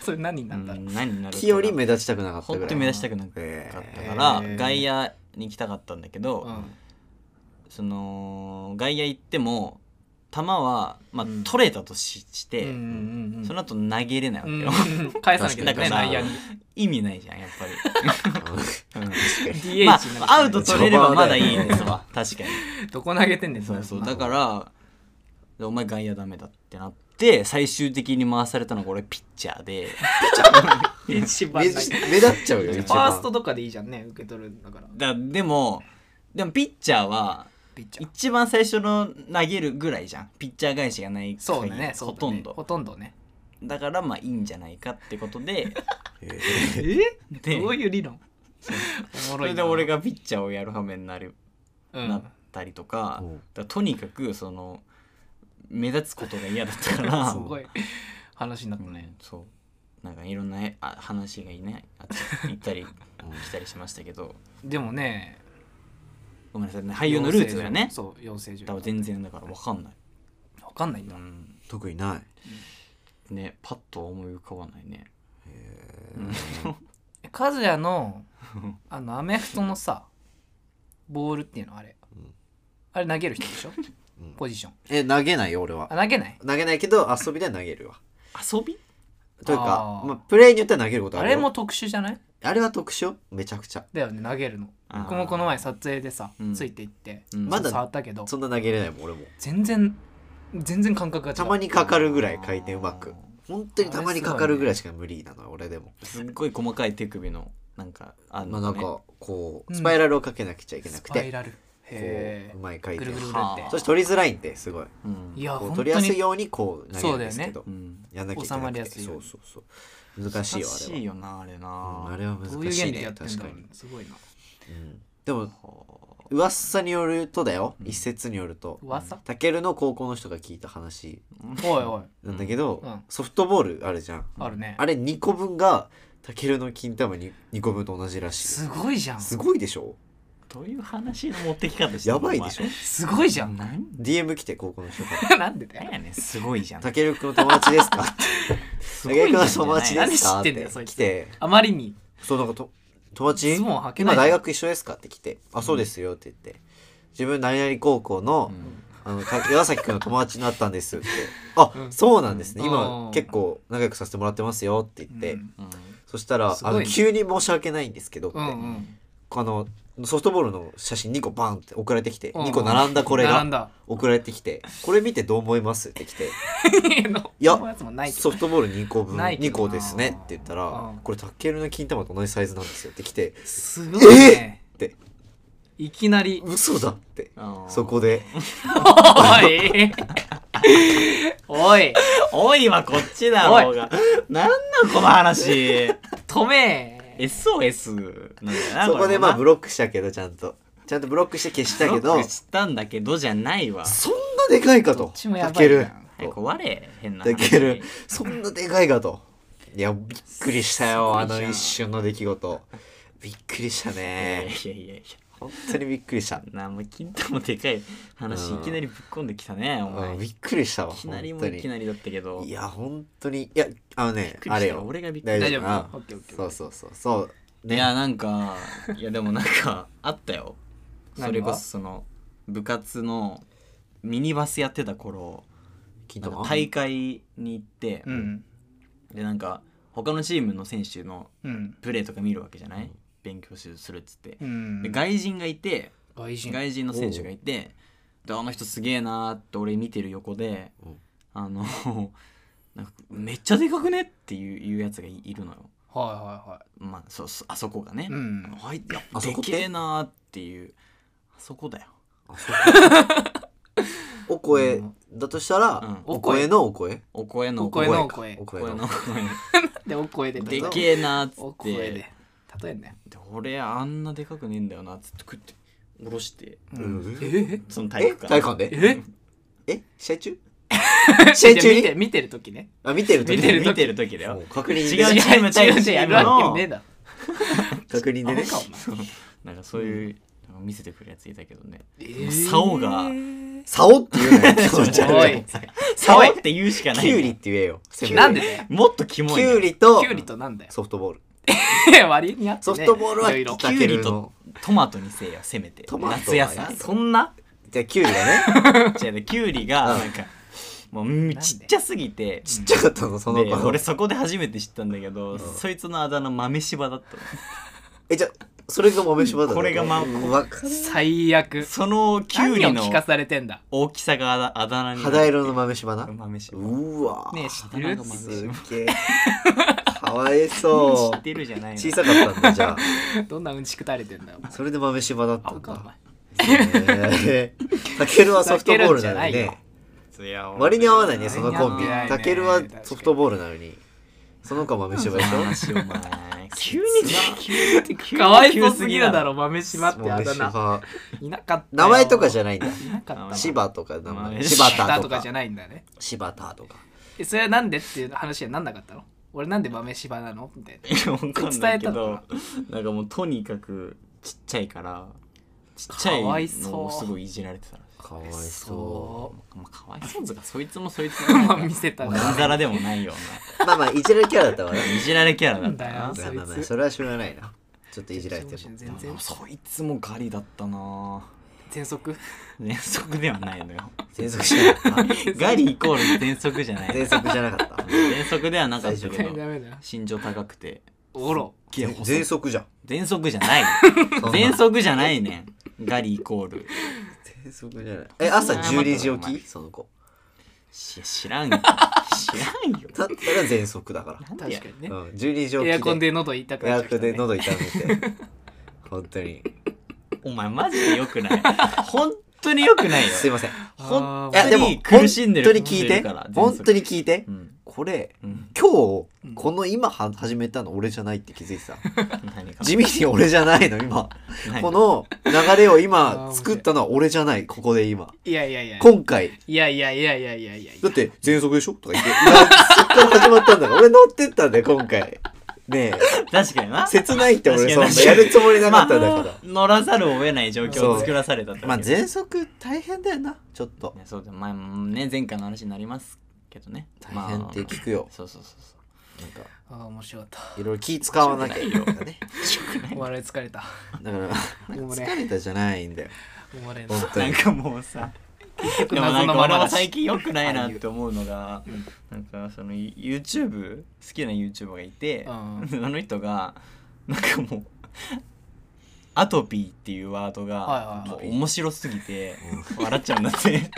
[SPEAKER 2] それ何にな
[SPEAKER 3] うん
[SPEAKER 2] だろう、
[SPEAKER 3] 何になる
[SPEAKER 1] 木より目立ちたくなかったぐら
[SPEAKER 3] 本
[SPEAKER 1] い。
[SPEAKER 3] 当に目立ちたくなかったから、
[SPEAKER 2] へー
[SPEAKER 3] 外野に行きたかったんだけど、
[SPEAKER 2] うん
[SPEAKER 3] その外野行っても球は、まあ
[SPEAKER 2] うん
[SPEAKER 3] 取れたとしして、
[SPEAKER 2] うんうんうん
[SPEAKER 3] その後投げれないわ
[SPEAKER 2] う
[SPEAKER 3] け
[SPEAKER 2] ん
[SPEAKER 3] よ、
[SPEAKER 2] うん 返さなきゃいけない
[SPEAKER 3] 確かに
[SPEAKER 2] 内野に
[SPEAKER 3] 意味ないじゃんやっぱ り、うん
[SPEAKER 2] DH に
[SPEAKER 3] ま
[SPEAKER 2] なるしか
[SPEAKER 3] あアウト取れればまだいい
[SPEAKER 1] 序盤だ
[SPEAKER 3] で
[SPEAKER 1] よ
[SPEAKER 3] すわ確かに
[SPEAKER 2] どこ投げてんねん
[SPEAKER 3] そうそう
[SPEAKER 2] な
[SPEAKER 3] だからお前外野ダメだってなって最終的に回されたのが俺ピッチャ ーで
[SPEAKER 2] 一番
[SPEAKER 1] 目
[SPEAKER 2] ない
[SPEAKER 1] 立ち目立っちゃう よ、
[SPEAKER 2] フ
[SPEAKER 1] 一
[SPEAKER 2] ァ
[SPEAKER 1] 番。
[SPEAKER 2] ーストとかでいいじゃんね受け取るんだから
[SPEAKER 3] だでもでもピッチャーは
[SPEAKER 2] ピッチャー
[SPEAKER 3] 一番最初の投げるぐらいじゃんピッチャー返しがない限り
[SPEAKER 2] そうだねそうだ
[SPEAKER 3] ほ
[SPEAKER 2] ね
[SPEAKER 3] とんど
[SPEAKER 2] ほとんどね
[SPEAKER 3] だからまあいいんじゃないかってことで
[SPEAKER 1] え
[SPEAKER 2] え
[SPEAKER 3] で
[SPEAKER 2] どういう理論おも
[SPEAKER 3] そ
[SPEAKER 2] ろい
[SPEAKER 3] れで俺がピッチャーをやる羽目になる、
[SPEAKER 2] うん
[SPEAKER 3] なったりとか,、
[SPEAKER 1] うん
[SPEAKER 3] とにかくその目立つことが嫌だったか
[SPEAKER 2] すご
[SPEAKER 3] ら
[SPEAKER 2] い話になったね
[SPEAKER 3] うんそうなんかいろんなあ話がいいねあっち行っ たり来たりしましたけど
[SPEAKER 2] でもね
[SPEAKER 3] ごめんなさいね俳優のルーツがね
[SPEAKER 2] そう養成所
[SPEAKER 3] だから全然だから分かんない、
[SPEAKER 2] わかんないん
[SPEAKER 3] う
[SPEAKER 2] だ
[SPEAKER 3] ん、
[SPEAKER 1] 特にない。
[SPEAKER 3] ねパッと思い浮かばないね
[SPEAKER 2] え和也のあのアメフトのさボールっていうのあれ
[SPEAKER 1] うん
[SPEAKER 2] あれ投げる人でしょ
[SPEAKER 1] うん
[SPEAKER 2] ポジション
[SPEAKER 1] え、投げないよ、俺は。
[SPEAKER 2] あ投げない
[SPEAKER 1] 投げないけど、遊びでは投げるわ。
[SPEAKER 3] 遊び
[SPEAKER 1] というか、
[SPEAKER 2] あー
[SPEAKER 1] まあ、プレイによっては投げること
[SPEAKER 2] あ
[SPEAKER 1] あるよ
[SPEAKER 2] れも特殊じゃない
[SPEAKER 1] あれは特殊よめちゃくちゃ。
[SPEAKER 2] だよね投げるの
[SPEAKER 3] あー
[SPEAKER 2] 僕もこの前撮影でさ、
[SPEAKER 3] うん
[SPEAKER 2] ついていって、
[SPEAKER 3] うん
[SPEAKER 1] まだ
[SPEAKER 2] 触ったけど
[SPEAKER 1] そんな投げれないもん、俺も。
[SPEAKER 2] 全然全然感覚が違う
[SPEAKER 1] たまにかかるぐらい回転うまく。本当にたまにかかるぐらいしか無理なのよ、俺でも。
[SPEAKER 3] すっごい細かい手首のなんかあ
[SPEAKER 1] まあ
[SPEAKER 3] の、
[SPEAKER 1] なん
[SPEAKER 3] ね
[SPEAKER 1] か、こう、
[SPEAKER 2] うん
[SPEAKER 1] スパイラルをかけなくちゃいけな
[SPEAKER 2] ス
[SPEAKER 1] く
[SPEAKER 2] パイ
[SPEAKER 1] て、
[SPEAKER 2] ラルへ
[SPEAKER 1] こう、うまい回
[SPEAKER 2] えぐ
[SPEAKER 1] 転
[SPEAKER 2] るぐるぐる
[SPEAKER 3] はあ
[SPEAKER 2] っ
[SPEAKER 1] そしてて取りづらいんで、すごい。
[SPEAKER 3] うん
[SPEAKER 2] いや
[SPEAKER 1] こ
[SPEAKER 2] 本
[SPEAKER 1] う
[SPEAKER 2] 当
[SPEAKER 1] 取りやすい
[SPEAKER 2] に
[SPEAKER 1] ようにこう投げるんですけど、
[SPEAKER 3] うん、
[SPEAKER 1] やんなきゃいけな
[SPEAKER 2] 収ま
[SPEAKER 1] く
[SPEAKER 2] り
[SPEAKER 1] て
[SPEAKER 2] やすいよ
[SPEAKER 1] そう
[SPEAKER 2] に
[SPEAKER 1] そうそう難しいよあ
[SPEAKER 3] 難
[SPEAKER 1] れ
[SPEAKER 3] しい
[SPEAKER 1] は、
[SPEAKER 3] よなあれ
[SPEAKER 1] う
[SPEAKER 3] な、
[SPEAKER 1] んあれは難しい
[SPEAKER 2] ど
[SPEAKER 1] ね
[SPEAKER 2] ういう原理でやってん
[SPEAKER 1] 確
[SPEAKER 2] だ
[SPEAKER 1] か
[SPEAKER 2] ろ
[SPEAKER 1] に
[SPEAKER 2] う、ね、すごいな
[SPEAKER 1] うんでも
[SPEAKER 3] はあ
[SPEAKER 1] 噂によるとだよ、一説によると
[SPEAKER 2] 噂
[SPEAKER 1] たけるの高校の人が聞いた話
[SPEAKER 2] おいおい
[SPEAKER 1] なんだけど、
[SPEAKER 2] うん
[SPEAKER 1] ソフトボールあるじゃん
[SPEAKER 2] あるね
[SPEAKER 1] あれ2個分がたけるの金玉に2個分と同じらしい
[SPEAKER 2] すごいじゃん
[SPEAKER 1] すごいでしょ
[SPEAKER 3] どういう話の持ってき方してん
[SPEAKER 1] や
[SPEAKER 3] の
[SPEAKER 1] ばいでしょ
[SPEAKER 2] すごいじゃ
[SPEAKER 3] お前
[SPEAKER 2] ん
[SPEAKER 3] なん
[SPEAKER 1] DM 来て高校の人から
[SPEAKER 2] なんでだ
[SPEAKER 3] なん
[SPEAKER 2] よ
[SPEAKER 3] やねんすごいじ
[SPEAKER 1] 「
[SPEAKER 3] ゃん
[SPEAKER 1] たけるくんの友達です か?」って「
[SPEAKER 3] す
[SPEAKER 1] た
[SPEAKER 3] ご
[SPEAKER 1] ける
[SPEAKER 3] い
[SPEAKER 1] くん
[SPEAKER 3] じゃ
[SPEAKER 1] の
[SPEAKER 3] んじゃ
[SPEAKER 1] 友
[SPEAKER 3] ない
[SPEAKER 1] 達ですか?」っ
[SPEAKER 2] 何知ってんだよ
[SPEAKER 1] て
[SPEAKER 2] そいつ
[SPEAKER 1] 来て
[SPEAKER 2] あまりに
[SPEAKER 1] そうなんかと友達
[SPEAKER 2] ズボン履けな
[SPEAKER 1] 今
[SPEAKER 2] いじゃん
[SPEAKER 1] 大学一緒ですかって来て「あそうですよ」って言って「自分何々高校の,、
[SPEAKER 3] うん
[SPEAKER 1] あのか岩崎君の友達になったんです」っ て「あ、
[SPEAKER 2] うん
[SPEAKER 1] そうなんですね
[SPEAKER 2] うん
[SPEAKER 1] 今
[SPEAKER 2] あー
[SPEAKER 1] 結構仲良くさせてもらってますよ」って言って、
[SPEAKER 2] うん
[SPEAKER 3] うん
[SPEAKER 1] そしたら、
[SPEAKER 2] すご
[SPEAKER 1] あ
[SPEAKER 2] いね
[SPEAKER 1] の急に申し訳ないんですけどって、
[SPEAKER 2] うんうん
[SPEAKER 1] あのソフトボールの写真2個バンって送られてきて、
[SPEAKER 2] うん
[SPEAKER 1] 2個並んだこれ
[SPEAKER 2] 並ん
[SPEAKER 1] が
[SPEAKER 2] だ
[SPEAKER 1] 送られてきて「これ見てどう思います?」って来て
[SPEAKER 2] い
[SPEAKER 1] いや
[SPEAKER 2] やつもないけど
[SPEAKER 1] ソフトボール2個分
[SPEAKER 2] ないけ
[SPEAKER 1] 2
[SPEAKER 2] ど
[SPEAKER 1] 個ですねって言ったら
[SPEAKER 2] うん
[SPEAKER 1] 「これタッケルの金玉と同じサイズなんですよ」って来て
[SPEAKER 2] すごいね
[SPEAKER 1] えーって
[SPEAKER 2] いきなり
[SPEAKER 1] 「嘘だ」って
[SPEAKER 3] あー
[SPEAKER 1] そこで
[SPEAKER 2] お いおい
[SPEAKER 3] おいはこっちだろうがなんなんこの話
[SPEAKER 2] 止め
[SPEAKER 3] SOS なんだよな
[SPEAKER 1] そこでまあブ
[SPEAKER 3] ロ
[SPEAKER 1] ロックしたけどちゃんとちゃんとブロックして消したけど
[SPEAKER 3] ックしたんだけどじゃないわ
[SPEAKER 1] そんなでかいか
[SPEAKER 2] どっ
[SPEAKER 1] と
[SPEAKER 2] ちもや
[SPEAKER 1] タ
[SPEAKER 2] ばい
[SPEAKER 1] ケ
[SPEAKER 2] な
[SPEAKER 1] ル
[SPEAKER 3] はい壊れ変な
[SPEAKER 1] タ
[SPEAKER 3] 話
[SPEAKER 1] ケルそんなでかいかといやびっくりしたよあ
[SPEAKER 3] す
[SPEAKER 1] の
[SPEAKER 3] ごいじゃん
[SPEAKER 1] 一瞬の出来事びっくりした
[SPEAKER 3] いやい
[SPEAKER 1] ね
[SPEAKER 3] やいやいや
[SPEAKER 1] 本当にびっくりした
[SPEAKER 3] なあもう金玉でかい話いきなりぶっこんできたねお
[SPEAKER 1] う
[SPEAKER 3] 前
[SPEAKER 1] ん
[SPEAKER 3] い
[SPEAKER 1] びっくりしたわ
[SPEAKER 3] きな
[SPEAKER 1] 本
[SPEAKER 3] りも
[SPEAKER 1] 当
[SPEAKER 3] いき
[SPEAKER 1] に
[SPEAKER 3] なりだったけど
[SPEAKER 1] いや本当にいやあのね
[SPEAKER 3] くりした
[SPEAKER 1] あれよ
[SPEAKER 3] 俺がびっくり
[SPEAKER 1] 大
[SPEAKER 3] した
[SPEAKER 1] 丈夫
[SPEAKER 2] 大丈
[SPEAKER 1] か
[SPEAKER 2] 夫オッケーオッケー
[SPEAKER 1] そうそうそうそう
[SPEAKER 3] いやなんかいやでもなんかあったよ
[SPEAKER 2] 何が
[SPEAKER 3] それこそその部活のミニバスやってた頃
[SPEAKER 1] 金
[SPEAKER 3] なん
[SPEAKER 1] 玉
[SPEAKER 3] か大会に行って、
[SPEAKER 2] うん
[SPEAKER 3] でなんか他のチームの選手の
[SPEAKER 2] うん
[SPEAKER 3] プレーとか見るわけじゃない、
[SPEAKER 1] うん
[SPEAKER 3] 勉強するっつって、
[SPEAKER 2] うん
[SPEAKER 3] で外人がいて
[SPEAKER 2] 外人
[SPEAKER 3] 外人の選手がいてであの人すげえなーって俺見てる横で
[SPEAKER 1] うん
[SPEAKER 3] あのなんかめっちゃでかくねっていういうやつがいいるのよ。
[SPEAKER 2] はいはいは
[SPEAKER 3] まあ、そそあそこが
[SPEAKER 2] い
[SPEAKER 3] ね、
[SPEAKER 2] うん
[SPEAKER 3] はい、いや
[SPEAKER 1] あそ
[SPEAKER 3] で
[SPEAKER 1] こって
[SPEAKER 3] けえなーっていうあそこだよ
[SPEAKER 1] あそうお声だとしたら、
[SPEAKER 3] うん
[SPEAKER 1] お声のお声
[SPEAKER 3] お声の
[SPEAKER 2] お声のお
[SPEAKER 1] か
[SPEAKER 2] 声
[SPEAKER 1] お
[SPEAKER 3] お
[SPEAKER 1] 声
[SPEAKER 3] 声
[SPEAKER 1] の
[SPEAKER 3] の
[SPEAKER 2] でお声で
[SPEAKER 3] で
[SPEAKER 2] 例えば
[SPEAKER 3] けえなーっつって
[SPEAKER 2] お声で例えんね
[SPEAKER 3] で俺あんなでかくねえんだよなっつって食って下ろして
[SPEAKER 1] うん
[SPEAKER 2] え
[SPEAKER 3] その
[SPEAKER 1] え
[SPEAKER 3] 体育
[SPEAKER 1] 体
[SPEAKER 3] 館
[SPEAKER 1] 育館で
[SPEAKER 2] え
[SPEAKER 1] え試合中試合中
[SPEAKER 2] 見
[SPEAKER 1] に
[SPEAKER 2] て見てる時ね
[SPEAKER 1] あ見てる時
[SPEAKER 2] 見てる
[SPEAKER 3] 見てる時だ
[SPEAKER 1] も
[SPEAKER 3] よ
[SPEAKER 1] う確認で
[SPEAKER 3] 違うチーム対
[SPEAKER 2] 違う違う
[SPEAKER 3] チームの
[SPEAKER 2] やるわけねえだろ
[SPEAKER 1] 確認でね
[SPEAKER 2] アホかお前
[SPEAKER 3] そうなんかそういう、なんか見せてくるやついたけどね
[SPEAKER 2] え
[SPEAKER 3] ー竿が
[SPEAKER 1] 竿って言うなよ気持ち
[SPEAKER 2] お
[SPEAKER 1] 悪い
[SPEAKER 2] い
[SPEAKER 3] 触って言うしかない
[SPEAKER 1] キュウリって言えよせめて
[SPEAKER 2] なんでだよ
[SPEAKER 3] もっとキモい
[SPEAKER 1] キ
[SPEAKER 3] ね
[SPEAKER 1] ュウリと
[SPEAKER 2] キュウリとなんだよ
[SPEAKER 1] ソフトボール
[SPEAKER 2] 割にあって
[SPEAKER 1] ソ
[SPEAKER 2] ね
[SPEAKER 1] フトボールはい
[SPEAKER 2] ろいろ
[SPEAKER 3] キ
[SPEAKER 1] た
[SPEAKER 3] ュ
[SPEAKER 1] け
[SPEAKER 3] ウリ
[SPEAKER 1] る
[SPEAKER 3] と
[SPEAKER 1] の
[SPEAKER 3] トマトにせえよせめて
[SPEAKER 1] トマト
[SPEAKER 3] 夏
[SPEAKER 1] は
[SPEAKER 3] 野
[SPEAKER 1] や
[SPEAKER 3] 菜
[SPEAKER 2] そんな
[SPEAKER 1] じゃあキュウリがね
[SPEAKER 3] 違うねキュウリが
[SPEAKER 1] うん
[SPEAKER 3] なんかもううんちっちゃすぎて
[SPEAKER 1] ちっちゃかったのその
[SPEAKER 3] で
[SPEAKER 1] 子
[SPEAKER 3] 俺そこで初めて知ったんだけど、そいつのあだ名豆柴だったの
[SPEAKER 1] えじゃあそれが豆柴だったの
[SPEAKER 3] これがま
[SPEAKER 1] うわか
[SPEAKER 2] 最悪
[SPEAKER 3] そのキ
[SPEAKER 2] キュ
[SPEAKER 3] ュ
[SPEAKER 2] ウ
[SPEAKER 3] ウ
[SPEAKER 2] リ
[SPEAKER 3] リ
[SPEAKER 2] の
[SPEAKER 3] の
[SPEAKER 2] 聞かされてんだ
[SPEAKER 3] 大きさがあだあだ名になる
[SPEAKER 1] 肌色の豆柴な
[SPEAKER 3] 豆柴
[SPEAKER 1] うわ
[SPEAKER 2] ねえ知って
[SPEAKER 3] あ
[SPEAKER 2] る
[SPEAKER 3] だ名が豆
[SPEAKER 1] す
[SPEAKER 3] 柴
[SPEAKER 1] っげえかわい
[SPEAKER 3] 知
[SPEAKER 1] そ
[SPEAKER 3] っ
[SPEAKER 1] う
[SPEAKER 3] てるじゃないの
[SPEAKER 1] 小さかったんだじゃ
[SPEAKER 2] どんなうんちくたれてんだよお前
[SPEAKER 1] あそれで豆柴だった
[SPEAKER 2] 青
[SPEAKER 1] ん
[SPEAKER 2] かお前
[SPEAKER 1] だへえタケルはソフトボールなのに
[SPEAKER 2] タケルじゃない
[SPEAKER 1] ね
[SPEAKER 3] いや俺
[SPEAKER 1] 割に合わないねそのコンビ
[SPEAKER 2] 割に合わないね
[SPEAKER 1] タケルはソフトボールなのにその子は豆柴でしょ
[SPEAKER 3] 話お前急に
[SPEAKER 2] かわいそうすぎるだろ豆柴ってあだ名
[SPEAKER 1] 柴
[SPEAKER 2] いなかったよ
[SPEAKER 1] 名前とかじゃないんだ
[SPEAKER 2] いなかったわ
[SPEAKER 1] 柴とか名
[SPEAKER 3] 豆
[SPEAKER 1] 前
[SPEAKER 3] 柴
[SPEAKER 1] 柴
[SPEAKER 2] だ
[SPEAKER 1] 田
[SPEAKER 2] と
[SPEAKER 1] と
[SPEAKER 2] か
[SPEAKER 1] か
[SPEAKER 2] じゃないんだね
[SPEAKER 1] 柴田とか
[SPEAKER 2] えそれはなんでっていう話はなんなかったの俺なんで豆柴なのみたいな
[SPEAKER 3] わかんないけ
[SPEAKER 2] 伝
[SPEAKER 3] どなんかもうとにかくちっちゃいからちっちゃ
[SPEAKER 2] かわ
[SPEAKER 3] い
[SPEAKER 2] い
[SPEAKER 3] の
[SPEAKER 2] そう
[SPEAKER 3] をすごいいじられてたら
[SPEAKER 1] かわいそう
[SPEAKER 3] まあかわいそうずかそいつもそいつ
[SPEAKER 2] う ま
[SPEAKER 3] も
[SPEAKER 2] あ見せた
[SPEAKER 3] まん
[SPEAKER 2] な
[SPEAKER 3] ざらでもないよ
[SPEAKER 1] まあまあいじられキャラだったわな
[SPEAKER 3] お前いじられキャラだっ
[SPEAKER 2] なん
[SPEAKER 3] た
[SPEAKER 2] だ
[SPEAKER 1] ま
[SPEAKER 2] よ
[SPEAKER 1] あまあま
[SPEAKER 2] そい
[SPEAKER 1] あ
[SPEAKER 2] つ
[SPEAKER 1] それはしょうがないなちょっといじられても
[SPEAKER 2] 全
[SPEAKER 3] なで
[SPEAKER 2] 然
[SPEAKER 3] もそいつもガリだったな
[SPEAKER 2] 全速
[SPEAKER 3] 全速ではないのよ
[SPEAKER 1] 全速しなかった
[SPEAKER 3] ガリイコール全速じ ゃない
[SPEAKER 1] 全速じゃなかった
[SPEAKER 3] 全速ではなかった
[SPEAKER 2] ダ
[SPEAKER 3] けど
[SPEAKER 2] メだよ
[SPEAKER 3] 身長高くて
[SPEAKER 2] おろ
[SPEAKER 3] げえ細い
[SPEAKER 1] 全速じゃん
[SPEAKER 3] 全速じゃない
[SPEAKER 1] そんな
[SPEAKER 3] 全速じゃないねんガリイコールいや
[SPEAKER 1] 全速じゃないえ朝12時起きその子
[SPEAKER 3] 知らんよ知らんよ
[SPEAKER 1] だったら全速だか
[SPEAKER 3] なんで
[SPEAKER 2] 確
[SPEAKER 3] や
[SPEAKER 2] か
[SPEAKER 1] ら、
[SPEAKER 2] にね
[SPEAKER 1] うん、12時起きで
[SPEAKER 2] エアコンで喉痛く
[SPEAKER 1] エ
[SPEAKER 2] な
[SPEAKER 1] ア
[SPEAKER 2] っちゃ
[SPEAKER 1] コ
[SPEAKER 2] う
[SPEAKER 1] ンで
[SPEAKER 2] ね
[SPEAKER 1] 喉痛め て本当に
[SPEAKER 3] お前マジでよくない本当によくないよ
[SPEAKER 1] すいません
[SPEAKER 3] 本
[SPEAKER 1] いや
[SPEAKER 3] 当
[SPEAKER 1] でも
[SPEAKER 3] に苦しんでる
[SPEAKER 1] 本当に聞いて本当
[SPEAKER 3] に、
[SPEAKER 1] に聞いて
[SPEAKER 3] うん
[SPEAKER 1] これ
[SPEAKER 3] うん、
[SPEAKER 1] 今
[SPEAKER 2] う
[SPEAKER 1] 日
[SPEAKER 2] ん
[SPEAKER 1] この今は始めたの俺じゃないって気づいてた
[SPEAKER 3] 何か
[SPEAKER 1] 地味に俺じゃないの今
[SPEAKER 3] 何
[SPEAKER 1] この流れを
[SPEAKER 2] あー面
[SPEAKER 1] 今
[SPEAKER 2] 白い
[SPEAKER 1] 作ったのは俺じゃないここで今
[SPEAKER 2] いやいやいや
[SPEAKER 1] 今回
[SPEAKER 2] いやいやいやいやいやいや
[SPEAKER 1] だって全速でしょとか言っていやそっから始まったんだから俺乗ってったんだよ今回ねえ
[SPEAKER 3] 確かにな
[SPEAKER 1] 切ないって俺
[SPEAKER 3] 確
[SPEAKER 1] そ
[SPEAKER 3] か
[SPEAKER 1] ん
[SPEAKER 3] に
[SPEAKER 1] なやるつもりなかったんだから、
[SPEAKER 3] まあ 乗らざるを得ない状況
[SPEAKER 1] そ
[SPEAKER 3] を
[SPEAKER 1] う
[SPEAKER 3] 作らされたって
[SPEAKER 1] まあ
[SPEAKER 3] わけ
[SPEAKER 1] 喘息大変だよなちょっと
[SPEAKER 3] ねそうだまあね前回の話になりますけどね
[SPEAKER 1] 大変って聞くよ
[SPEAKER 3] まあそうそうそうそ
[SPEAKER 1] なんか
[SPEAKER 2] ああ面白かった
[SPEAKER 1] いろいろ気使わなきゃい けないからね
[SPEAKER 2] お笑い疲れた
[SPEAKER 1] だから
[SPEAKER 2] もうね
[SPEAKER 1] 疲れたじゃないんだよ
[SPEAKER 2] お笑い
[SPEAKER 1] 本
[SPEAKER 2] の
[SPEAKER 3] う
[SPEAKER 1] 当
[SPEAKER 3] なん
[SPEAKER 1] に
[SPEAKER 3] かもうさ
[SPEAKER 2] 結局
[SPEAKER 3] でもな
[SPEAKER 2] 謎
[SPEAKER 3] んか
[SPEAKER 2] のま
[SPEAKER 3] 俺
[SPEAKER 2] ま
[SPEAKER 3] は
[SPEAKER 2] だ
[SPEAKER 3] 最
[SPEAKER 2] し
[SPEAKER 3] 近良くないなって思うのが、なんかその YouTube 好きな YouTuber がいて、
[SPEAKER 2] う
[SPEAKER 3] あの人がなんかもうアトピーっていうワードが
[SPEAKER 2] はいはいはい
[SPEAKER 3] もう面白すぎて笑っちゃうんだって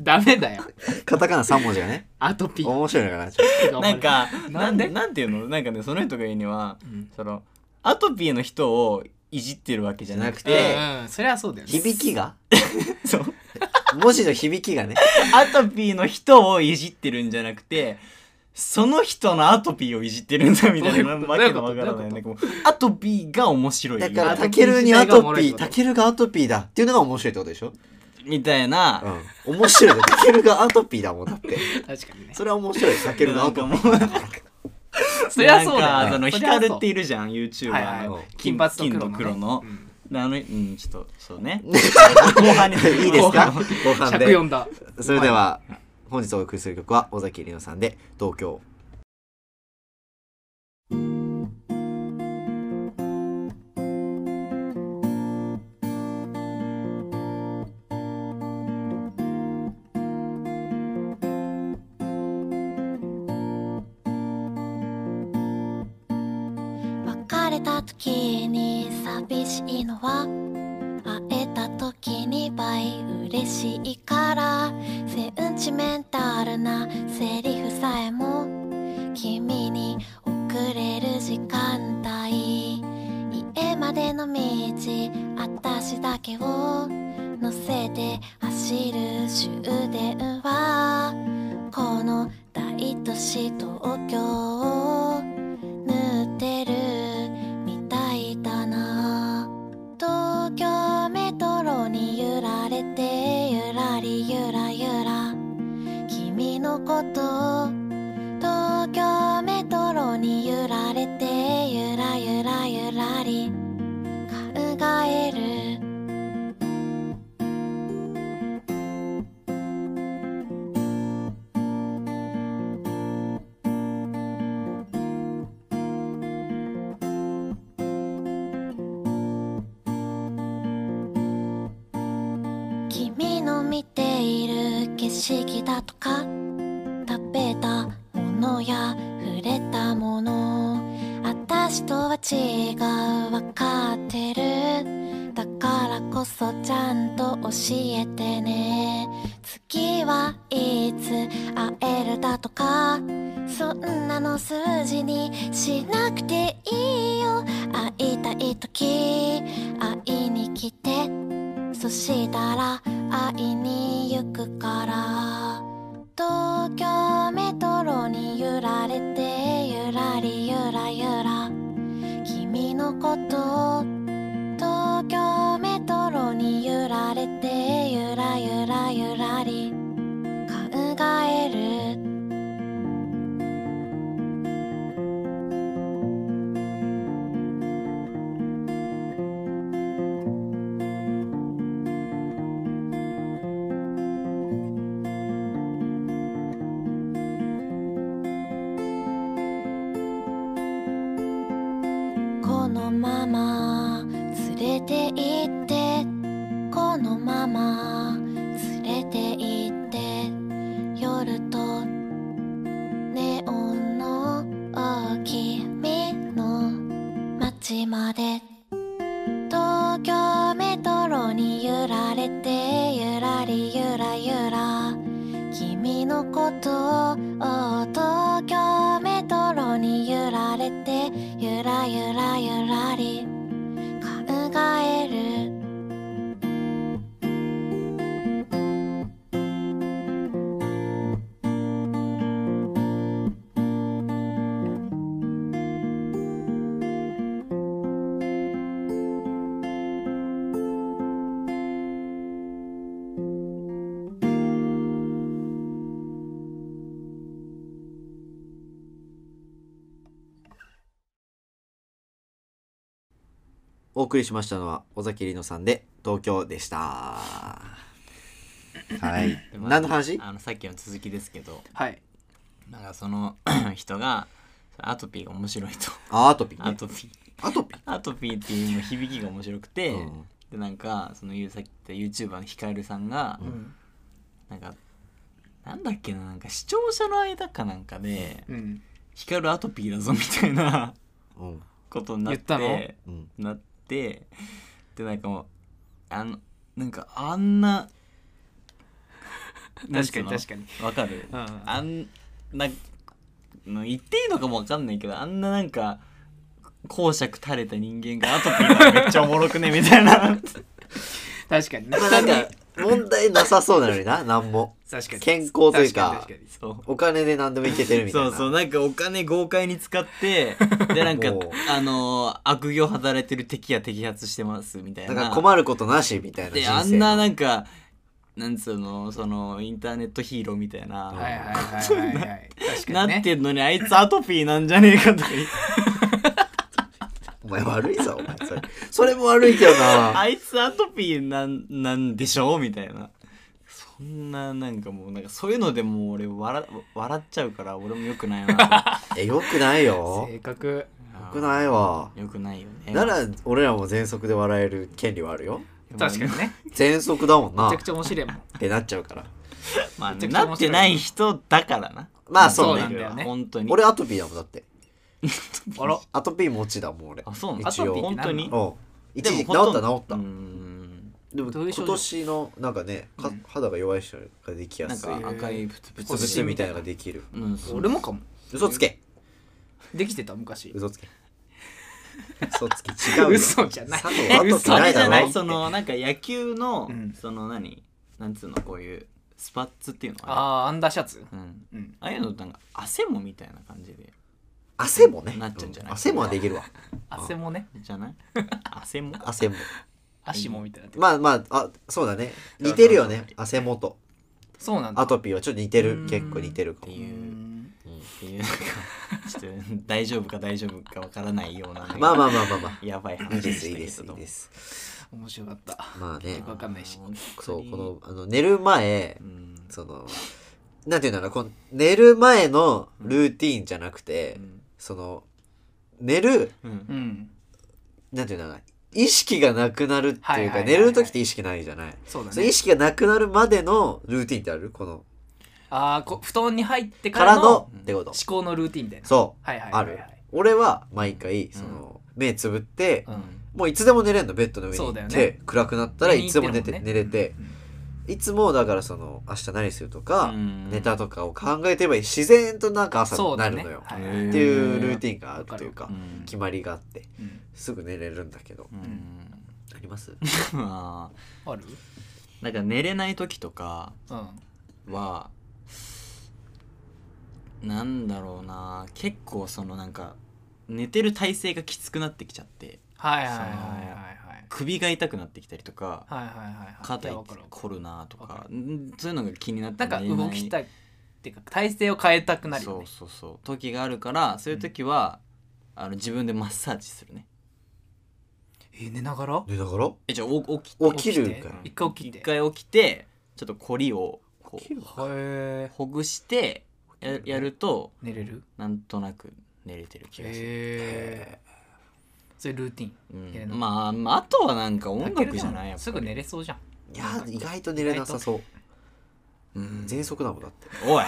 [SPEAKER 2] ダメだよ
[SPEAKER 1] カタカナ3文字が ね
[SPEAKER 2] アトピー
[SPEAKER 1] 面白いのかなちょっと
[SPEAKER 2] が
[SPEAKER 3] なんか
[SPEAKER 2] な
[SPEAKER 3] なんん
[SPEAKER 2] で
[SPEAKER 3] でなんていうのなんかねその人が言うには、
[SPEAKER 2] ん
[SPEAKER 3] そのアトピーの人をいじってるわけじゃなく
[SPEAKER 1] じゃなく
[SPEAKER 3] て、
[SPEAKER 2] うんうんそれ はそうだよね
[SPEAKER 1] 響きが
[SPEAKER 3] そう
[SPEAKER 1] 文字の響きが ね
[SPEAKER 3] アトピーの人をいじってるんじゃなくて、その人のアトピーをいじってるんだみたい
[SPEAKER 2] ど
[SPEAKER 3] な
[SPEAKER 2] ういうこと
[SPEAKER 3] わけのわから
[SPEAKER 2] どう
[SPEAKER 3] ないいう
[SPEAKER 2] こと
[SPEAKER 3] なんかもうアトピーが面白い
[SPEAKER 1] だから
[SPEAKER 2] アトピー
[SPEAKER 1] タケルにアト
[SPEAKER 2] 自体がおもろ
[SPEAKER 1] ピ
[SPEAKER 2] い
[SPEAKER 1] ー
[SPEAKER 2] ってこと
[SPEAKER 1] タケルがアトピーだっていうのが面白いってことでしょ、
[SPEAKER 3] みたいな、
[SPEAKER 1] うん、面白いねタケルがアトピーだもんだ って
[SPEAKER 2] 確かにね
[SPEAKER 1] それは面白いタケルが
[SPEAKER 3] な
[SPEAKER 1] ア
[SPEAKER 3] んか
[SPEAKER 1] トピ
[SPEAKER 3] もう
[SPEAKER 1] ー
[SPEAKER 2] そりゃそうだよ
[SPEAKER 3] なんか
[SPEAKER 2] ねそ
[SPEAKER 3] その
[SPEAKER 2] りゃそう
[SPEAKER 3] 光るっているじゃん YouTuber の、
[SPEAKER 2] はいはい
[SPEAKER 1] はい
[SPEAKER 2] 金髪と黒のね
[SPEAKER 3] 金黒の
[SPEAKER 2] う、ん
[SPEAKER 3] であのうんちょっとそう ね後半 に
[SPEAKER 1] いいですか
[SPEAKER 3] 後半
[SPEAKER 1] 後半
[SPEAKER 2] 尺
[SPEAKER 1] で
[SPEAKER 2] 読んだ
[SPEAKER 1] それでは本日お送りする曲は尾崎里乃さんで「東京」
[SPEAKER 4] 別れた時に寂しいのは会えた時に倍嬉しいからセンチメンタルなセリフさえも君に送れる時間帯家までの道あたしだけを乗せて走じる終電はこの大都市東京を縫ってるみたいだな東京メトロに揺られてゆらりゆらゆら君のこと東京メトロに揺られてゆらゆらゆらり考える君の見ている景色だとか食べたものや触れたもの私とは違うわかってるだからこそちゃんと教えてね次はいつ会えるだとかそんなの数字にしなくていいよ会いたい時会いに来てそしたら会いに行くから東京メトロに揺られてゆらりゆらゆら君のこと東京メトロに揺られてゆらゆらゆらり考えるこのまま連れて行ってこのまま連れて行って夜とネオンの大きめの街まで東京メトロに揺られてゆらりゆらゆら君のことを東京メトロに揺られてゆらゆらゆらり考える
[SPEAKER 1] お送りしましたのは尾崎里乃さんで東京でしたはい
[SPEAKER 3] でまあ
[SPEAKER 1] 何の話
[SPEAKER 3] あのさっきの続きですけど
[SPEAKER 2] はい
[SPEAKER 3] なんかその 人がアトピーが面白いと
[SPEAKER 1] あアトピー
[SPEAKER 3] ア
[SPEAKER 1] ね
[SPEAKER 3] トピー
[SPEAKER 1] アトピ
[SPEAKER 3] アトピーっていうの響きが面白くて、
[SPEAKER 1] ー、うん
[SPEAKER 3] でなんかそのゆうさっき言った YouTuber のヒカルさんが、
[SPEAKER 2] うん
[SPEAKER 3] なんかなんだっけななんか視聴者の間かなんかで
[SPEAKER 2] うん
[SPEAKER 3] 「ヒカルアトピーだぞ」みたいな
[SPEAKER 1] うん
[SPEAKER 3] ことになっ
[SPEAKER 2] 言ったの
[SPEAKER 3] て
[SPEAKER 1] うん
[SPEAKER 3] なってでなんかもうあのなんかあ んな
[SPEAKER 2] 確かに
[SPEAKER 3] なん
[SPEAKER 2] 確
[SPEAKER 3] つう
[SPEAKER 2] かに
[SPEAKER 3] のわかる
[SPEAKER 2] うん
[SPEAKER 3] あんなの言っていいのかもわかんないけどあんななんか講釈垂れた人間がアトピーがめっちゃおもろくねみたいな
[SPEAKER 2] 確かにね
[SPEAKER 1] まあなんか問題なさそうなのにな何も
[SPEAKER 2] 確かに
[SPEAKER 1] 健康というか
[SPEAKER 2] 確かに確かに
[SPEAKER 3] そう
[SPEAKER 1] お金で何でもいけてるみたい
[SPEAKER 3] そ
[SPEAKER 1] な
[SPEAKER 3] うそうなんかお金豪快に使ってでなんか
[SPEAKER 1] もう
[SPEAKER 3] あのー悪行働いてる敵や摘発してますみたい
[SPEAKER 1] だ
[SPEAKER 3] な
[SPEAKER 1] から困ることなしみたいな人
[SPEAKER 3] で
[SPEAKER 1] 生
[SPEAKER 3] あんななんかなんつうのそのインターネットヒーローみたいな、
[SPEAKER 2] はいはいはいはいはい確かにね
[SPEAKER 3] なってんのにあいつアトピーなんじゃねえかとか言って
[SPEAKER 1] お前悪いぞお前それそれも悪いけどな
[SPEAKER 3] あいつアトピーなんなんでしょうみたいなそんななんかもうなんかそういうのでもう俺笑笑っちゃうから俺もよくないな
[SPEAKER 1] えよくないよ
[SPEAKER 2] 性格
[SPEAKER 1] よ
[SPEAKER 3] よ
[SPEAKER 1] くないわ
[SPEAKER 3] よくないよね
[SPEAKER 1] なら俺らも全速で笑える権利はあるよ
[SPEAKER 2] 確かにね
[SPEAKER 1] 全速だもんな
[SPEAKER 2] めちゃ
[SPEAKER 1] っ
[SPEAKER 2] くちゃ面白いもん
[SPEAKER 1] てなっちゃうから
[SPEAKER 3] まあ
[SPEAKER 2] めちゃ
[SPEAKER 3] ね、
[SPEAKER 2] くちゃ
[SPEAKER 3] な
[SPEAKER 2] 面白
[SPEAKER 3] って
[SPEAKER 2] い
[SPEAKER 3] ない人だからな。
[SPEAKER 1] まあそうね
[SPEAKER 2] そうなんだよね
[SPEAKER 3] 本当に。
[SPEAKER 1] 俺アトピーだもんだって
[SPEAKER 2] あら
[SPEAKER 1] アトピー持ちだもん俺
[SPEAKER 3] あ、そうなの
[SPEAKER 1] 一応
[SPEAKER 3] 本当に。
[SPEAKER 1] うん一時期治
[SPEAKER 3] ほ
[SPEAKER 1] っ
[SPEAKER 3] と
[SPEAKER 1] た
[SPEAKER 3] んど
[SPEAKER 1] 治った
[SPEAKER 3] うーん。
[SPEAKER 1] でも
[SPEAKER 2] どういう症
[SPEAKER 1] 今
[SPEAKER 2] 状
[SPEAKER 1] 年のなんかねか
[SPEAKER 2] うん
[SPEAKER 1] 肌が弱い人ができや
[SPEAKER 3] なん
[SPEAKER 1] すい
[SPEAKER 3] か赤いプツプツ
[SPEAKER 1] 潰しみたいなのができる
[SPEAKER 3] うん、そう
[SPEAKER 2] 俺もかも
[SPEAKER 1] 嘘つけ
[SPEAKER 2] できてた昔
[SPEAKER 1] 嘘つけ嘘つけ違うよ
[SPEAKER 2] 嘘じゃない
[SPEAKER 1] 佐藤
[SPEAKER 3] え
[SPEAKER 1] アトピー
[SPEAKER 3] そ
[SPEAKER 1] な
[SPEAKER 3] れ
[SPEAKER 1] い
[SPEAKER 3] じゃ
[SPEAKER 1] だ
[SPEAKER 3] な
[SPEAKER 1] ろ
[SPEAKER 3] いそのなんか野球の、
[SPEAKER 2] うん
[SPEAKER 3] その何なんつうのこういうスパッツっていうの
[SPEAKER 2] あ
[SPEAKER 3] あ
[SPEAKER 2] あアンダーシャツ
[SPEAKER 3] れうん、
[SPEAKER 2] うん
[SPEAKER 3] ああいうのなんか汗もみたいな感じで
[SPEAKER 1] 汗もね
[SPEAKER 3] なっちゃうんじゃない
[SPEAKER 1] 汗もはできるわ
[SPEAKER 2] 汗もね
[SPEAKER 3] じゃない 汗も
[SPEAKER 1] 汗も
[SPEAKER 2] 足もみたいになってる
[SPEAKER 1] まあまああそうだね似てるよね汗もと
[SPEAKER 2] そうなんだ
[SPEAKER 1] アトピーはちょっと似て
[SPEAKER 2] う
[SPEAKER 1] る
[SPEAKER 2] ん
[SPEAKER 1] 結構似てるかも
[SPEAKER 3] っていう
[SPEAKER 1] うん
[SPEAKER 3] っていうなんかちょっと大丈夫か大丈夫かわからないような
[SPEAKER 1] まあま
[SPEAKER 3] あ
[SPEAKER 1] あまあまあまあ
[SPEAKER 3] やばい
[SPEAKER 1] いいで
[SPEAKER 3] 話です
[SPEAKER 1] いい
[SPEAKER 3] し
[SPEAKER 1] です
[SPEAKER 3] たけ
[SPEAKER 1] い
[SPEAKER 3] ど
[SPEAKER 1] いです
[SPEAKER 2] 面白かった
[SPEAKER 1] まあね
[SPEAKER 2] よくわかんないし
[SPEAKER 1] そうこのあの寝る前
[SPEAKER 3] うん
[SPEAKER 1] そのなんていうんだろうこの寝る前のルーティーンじゃなくて、
[SPEAKER 3] うん
[SPEAKER 1] その寝る
[SPEAKER 3] うん
[SPEAKER 2] うん
[SPEAKER 1] なんていうんだろうな意識がなくなるっていうか、
[SPEAKER 2] はいはいはいはい
[SPEAKER 1] 寝る時って意識ないじゃない、
[SPEAKER 2] そうだ
[SPEAKER 1] その
[SPEAKER 2] ね
[SPEAKER 1] 意識がなくなるまでのルーティーンってあるこの
[SPEAKER 2] ああこ布団に入ってか
[SPEAKER 1] からら
[SPEAKER 2] の
[SPEAKER 1] の
[SPEAKER 2] 思
[SPEAKER 1] ってこと、
[SPEAKER 2] 考のルーティンみたいな
[SPEAKER 1] そ、
[SPEAKER 2] はいうはい
[SPEAKER 1] あ
[SPEAKER 2] はい
[SPEAKER 1] る
[SPEAKER 2] はい
[SPEAKER 1] 俺は毎回その、目つぶって、
[SPEAKER 2] うん
[SPEAKER 1] もういつでも寝れんのベッドの上に
[SPEAKER 2] そう
[SPEAKER 1] 行
[SPEAKER 2] だよ
[SPEAKER 1] っ
[SPEAKER 2] ね
[SPEAKER 1] て、暗くなったらいつでも寝て
[SPEAKER 2] 寝に行って
[SPEAKER 1] 寝
[SPEAKER 2] る
[SPEAKER 1] れ
[SPEAKER 2] もんね
[SPEAKER 1] て、いつもだからその明日何するとか、
[SPEAKER 3] うん
[SPEAKER 1] ネタとかを考えてれば自然となんか朝
[SPEAKER 2] そ
[SPEAKER 1] に
[SPEAKER 2] う
[SPEAKER 1] な
[SPEAKER 2] だ
[SPEAKER 1] る
[SPEAKER 2] ね
[SPEAKER 1] のよ、
[SPEAKER 2] はい
[SPEAKER 1] っていうルーティンがあるというか、
[SPEAKER 3] うん
[SPEAKER 1] 決まりがあって
[SPEAKER 2] うん
[SPEAKER 1] すぐ寝れるんだけど、
[SPEAKER 3] うん
[SPEAKER 1] あります
[SPEAKER 3] まあ
[SPEAKER 2] ある
[SPEAKER 3] なんか寝れない時とか
[SPEAKER 2] うん
[SPEAKER 3] はなんだろうな結構そのなんか寝てる体勢がきつくなってきちゃって
[SPEAKER 2] はいはいはいはい
[SPEAKER 3] 首が痛くなってきたりとか
[SPEAKER 2] はいはいはいはいい
[SPEAKER 3] 肩
[SPEAKER 2] や
[SPEAKER 3] い
[SPEAKER 2] わかるわか
[SPEAKER 3] 凝るなと
[SPEAKER 2] わか
[SPEAKER 3] かんそういうのが気になっ
[SPEAKER 2] る
[SPEAKER 3] て
[SPEAKER 2] なんか
[SPEAKER 3] 寝れ
[SPEAKER 2] 動きたいっていうか体勢を変えたくなるよ
[SPEAKER 3] そ
[SPEAKER 2] ね
[SPEAKER 3] うそうそう時があるからそういう時は、あの自分でマッサージするね
[SPEAKER 2] え寝ながら
[SPEAKER 1] でだから
[SPEAKER 3] えじゃあお起き
[SPEAKER 1] 起きるから
[SPEAKER 2] 一回起きて
[SPEAKER 3] 一回起きてちょっと凝りをこう
[SPEAKER 2] へえ
[SPEAKER 3] ほぐしてややると
[SPEAKER 2] 寝れる
[SPEAKER 3] なんとなく寝れてる気がす
[SPEAKER 2] へ
[SPEAKER 3] る、
[SPEAKER 2] えそれルーティン
[SPEAKER 3] うん
[SPEAKER 2] えー
[SPEAKER 3] まあ、まああとはなんか音楽じゃないやっぱり
[SPEAKER 2] すぐ寝れそうじゃん
[SPEAKER 1] いや意外と寝れなさそう
[SPEAKER 3] うん
[SPEAKER 1] 喘息だもんだって
[SPEAKER 3] おい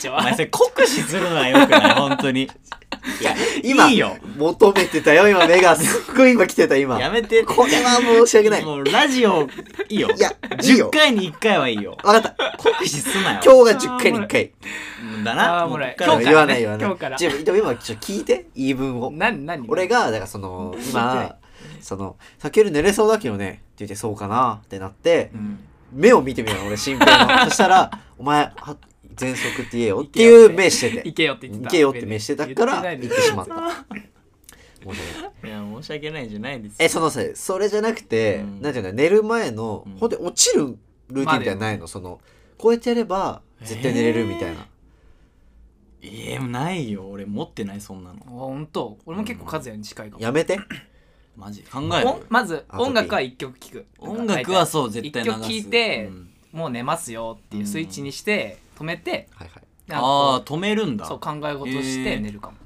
[SPEAKER 2] じゃ
[SPEAKER 3] お前それ酷使するのはよくない本当に
[SPEAKER 1] いや今
[SPEAKER 3] いいよ
[SPEAKER 1] 求めてたよ今目がすっごい今来てた今
[SPEAKER 3] やめて
[SPEAKER 1] これは申し訳ない
[SPEAKER 3] もうラジオいいよ
[SPEAKER 1] いやいいよ
[SPEAKER 3] 10回に1回はいいよ
[SPEAKER 1] 分かった
[SPEAKER 3] 酷使すなよ
[SPEAKER 1] 今日が10回に1回
[SPEAKER 3] うんだ
[SPEAKER 2] あ
[SPEAKER 3] な
[SPEAKER 2] ーおもろい
[SPEAKER 3] こっ
[SPEAKER 2] 今日
[SPEAKER 3] ら
[SPEAKER 1] 言
[SPEAKER 2] か
[SPEAKER 1] わな
[SPEAKER 2] らね
[SPEAKER 1] い言わない
[SPEAKER 2] 今日から
[SPEAKER 1] ちょでも今ちょっと聞いて言い分を
[SPEAKER 2] 何何
[SPEAKER 1] 俺がだからその 今その「たける寝れそうだけどね」って言って「そうかな」ってなって
[SPEAKER 3] うん
[SPEAKER 1] 目を見てみよう俺心 配のそしたら「お前は喘息って言えよ」っていう目してて
[SPEAKER 2] 行けよって言っ
[SPEAKER 1] 行
[SPEAKER 2] てた
[SPEAKER 1] けよって目してたから
[SPEAKER 2] 言
[SPEAKER 1] 行
[SPEAKER 2] っ
[SPEAKER 1] ってて
[SPEAKER 2] ない
[SPEAKER 1] しまった申し訳ない
[SPEAKER 3] いや申し訳ないじゃないです
[SPEAKER 1] えそのさそれじゃなくて、
[SPEAKER 3] うん
[SPEAKER 1] なんていうんだ寝る前の、
[SPEAKER 3] うん
[SPEAKER 1] ほんで落ちるルーティンみたいなのないのそのこうやってやれば絶対寝れるみたいな、
[SPEAKER 3] えー、ないよ俺持ってないそんなの
[SPEAKER 2] あ本当俺も結構和也に近いかも
[SPEAKER 1] やめて
[SPEAKER 3] マジ考え
[SPEAKER 2] お
[SPEAKER 3] る
[SPEAKER 2] まず音楽は1曲聴く
[SPEAKER 3] 音楽は
[SPEAKER 2] なんか
[SPEAKER 3] そう絶対流す
[SPEAKER 2] 一曲聞いて
[SPEAKER 3] うん
[SPEAKER 2] 大体もう寝ますよっていうスイッチにして止めて
[SPEAKER 1] はいはい
[SPEAKER 2] なんか
[SPEAKER 3] ああ
[SPEAKER 2] こ
[SPEAKER 3] 止めるん
[SPEAKER 2] う
[SPEAKER 3] だ
[SPEAKER 2] そう考え事して寝るかも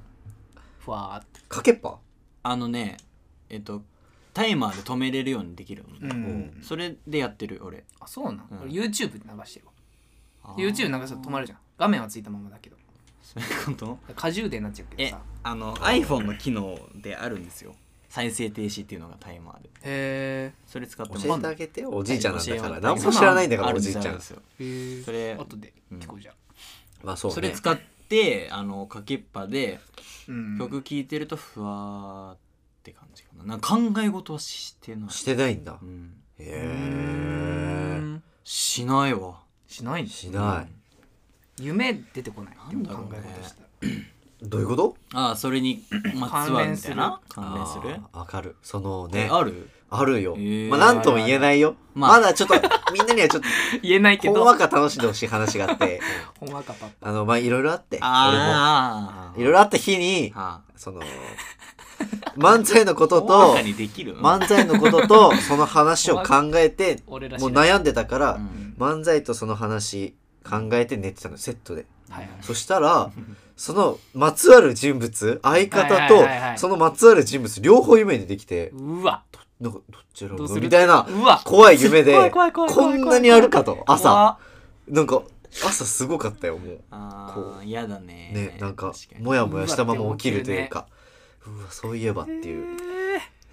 [SPEAKER 2] ふわーって
[SPEAKER 1] かけっぱ
[SPEAKER 3] あのねえっとタイマーで止めれるようにできる
[SPEAKER 2] う
[SPEAKER 3] のね
[SPEAKER 2] ん
[SPEAKER 3] それでやってる俺
[SPEAKER 2] あそうなん
[SPEAKER 3] うん
[SPEAKER 2] 俺 YouTube で流してるわ
[SPEAKER 3] あー
[SPEAKER 2] YouTube 流すと止まるじゃん画面はついたままだけど
[SPEAKER 3] そういうこと
[SPEAKER 2] 過充電になっちゃうけど
[SPEAKER 3] え
[SPEAKER 2] さ
[SPEAKER 3] あの iPhone の機能であるんですよ再生停止っていうのがタイマーで
[SPEAKER 2] へ
[SPEAKER 3] それ使って
[SPEAKER 1] 教えてあ
[SPEAKER 3] ら
[SPEAKER 1] げておじいちゃんなんだから
[SPEAKER 3] 教えよう
[SPEAKER 1] 何も知らないんだから
[SPEAKER 3] ある
[SPEAKER 1] お
[SPEAKER 3] で
[SPEAKER 1] じい
[SPEAKER 3] す
[SPEAKER 1] ち
[SPEAKER 3] あ
[SPEAKER 1] ゃ
[SPEAKER 3] る
[SPEAKER 1] ん
[SPEAKER 3] ですよ
[SPEAKER 2] え
[SPEAKER 3] それ
[SPEAKER 2] 後で聞こうじゃん
[SPEAKER 1] まあそうね
[SPEAKER 3] それ使ってあのかけっぱで
[SPEAKER 2] うん
[SPEAKER 3] 曲聴いてるとふわーって感じかななんか考え事はしてない
[SPEAKER 1] してないんだ
[SPEAKER 3] うん
[SPEAKER 1] へ
[SPEAKER 2] うー
[SPEAKER 1] え
[SPEAKER 2] ん
[SPEAKER 3] しないわ
[SPEAKER 2] しないの
[SPEAKER 1] しな
[SPEAKER 2] 夢出てこない
[SPEAKER 3] なんだろうね
[SPEAKER 2] でも考え 事したら
[SPEAKER 1] いどういうこと
[SPEAKER 3] ああそれにまつわるみたいな関連する
[SPEAKER 1] あーわかるその
[SPEAKER 3] え
[SPEAKER 1] ね
[SPEAKER 3] ある
[SPEAKER 1] あるよ、
[SPEAKER 3] えー
[SPEAKER 1] まあなんとも言えないよ
[SPEAKER 3] あるあ
[SPEAKER 1] ま
[SPEAKER 3] る
[SPEAKER 1] だちょっとみんなにはちょっ と
[SPEAKER 2] 言えないけ
[SPEAKER 1] ほん
[SPEAKER 2] ど
[SPEAKER 1] わか楽しんでほしい話があって
[SPEAKER 2] ほんわかパパ
[SPEAKER 1] あのまあいろいろあって俺
[SPEAKER 3] ああ
[SPEAKER 1] もいろいろあった日に
[SPEAKER 3] は
[SPEAKER 1] そ の漫才のことと
[SPEAKER 3] にできるの
[SPEAKER 1] 漫才のこととその話を考えて
[SPEAKER 2] 俺らし
[SPEAKER 1] もう
[SPEAKER 2] いはい
[SPEAKER 1] 悩んでたから
[SPEAKER 3] うん
[SPEAKER 1] 漫才とその話考えて寝てたのセットで
[SPEAKER 2] はい
[SPEAKER 1] そしたらそのまつわる人物相方
[SPEAKER 2] はい
[SPEAKER 1] と
[SPEAKER 2] はいはいはい
[SPEAKER 1] そのまつわる人物両方夢にできて
[SPEAKER 2] うわ
[SPEAKER 1] なんかどっち選
[SPEAKER 2] どう
[SPEAKER 1] ぶ
[SPEAKER 2] す
[SPEAKER 1] の
[SPEAKER 2] る
[SPEAKER 1] みたいな
[SPEAKER 2] うわ
[SPEAKER 1] 怖い夢
[SPEAKER 2] 怖い
[SPEAKER 1] で
[SPEAKER 2] 怖い怖い
[SPEAKER 1] こ
[SPEAKER 2] 怖い怖い
[SPEAKER 1] んなにあるかと朝
[SPEAKER 2] 怖
[SPEAKER 1] なんか朝すごかったよもう
[SPEAKER 3] あ
[SPEAKER 1] こ
[SPEAKER 3] あ嫌だね
[SPEAKER 1] ねなんか
[SPEAKER 3] 確に
[SPEAKER 1] もやもやしたまま起きるというかうわそういえばっていうっ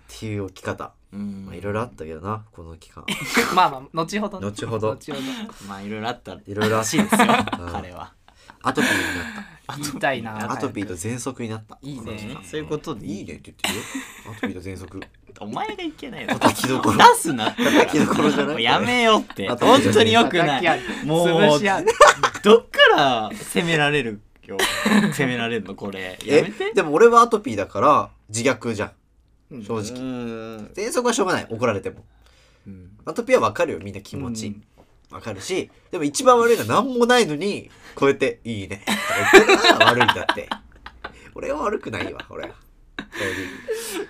[SPEAKER 1] ていう起き方
[SPEAKER 3] うん
[SPEAKER 1] まあいろいろあったけどなこの 期間
[SPEAKER 2] まあまあ後ほどね
[SPEAKER 1] 後ほど
[SPEAKER 2] 後ほど
[SPEAKER 3] まあいろいろあった
[SPEAKER 1] いろいろあ
[SPEAKER 3] ら
[SPEAKER 1] っ
[SPEAKER 3] しいですよ
[SPEAKER 1] うん
[SPEAKER 3] 彼は
[SPEAKER 1] アトピーになっ
[SPEAKER 2] 言いたいな
[SPEAKER 1] たアトピーと喘息になった
[SPEAKER 2] いいね
[SPEAKER 1] この期間
[SPEAKER 3] そういうことでいい
[SPEAKER 1] いいねって言ってるよアトピーと喘息
[SPEAKER 3] お前がいけないの
[SPEAKER 1] 叩きどころ
[SPEAKER 3] 出すな
[SPEAKER 1] 叩きどころじゃない
[SPEAKER 3] もうやめよって
[SPEAKER 1] 叩
[SPEAKER 3] 本
[SPEAKER 1] きじゃない
[SPEAKER 3] 当によくな
[SPEAKER 2] 叩き合
[SPEAKER 3] いうもう
[SPEAKER 2] 潰し合う
[SPEAKER 3] どっから責められるよ責められるのこれやめて
[SPEAKER 1] でも俺はアトピーだから自虐じゃ
[SPEAKER 2] うん
[SPEAKER 1] ん正
[SPEAKER 3] う
[SPEAKER 1] 直
[SPEAKER 3] ーん
[SPEAKER 1] 喘息はしょうがない怒られても
[SPEAKER 3] うん
[SPEAKER 1] アトピーは分かるよみんな気持
[SPEAKER 2] う
[SPEAKER 1] ち
[SPEAKER 2] ん
[SPEAKER 1] 分かるしでも一番悪いのは何もないのにこうやって「いいね」とか言ってたら悪いんだって 俺は悪くないわ俺は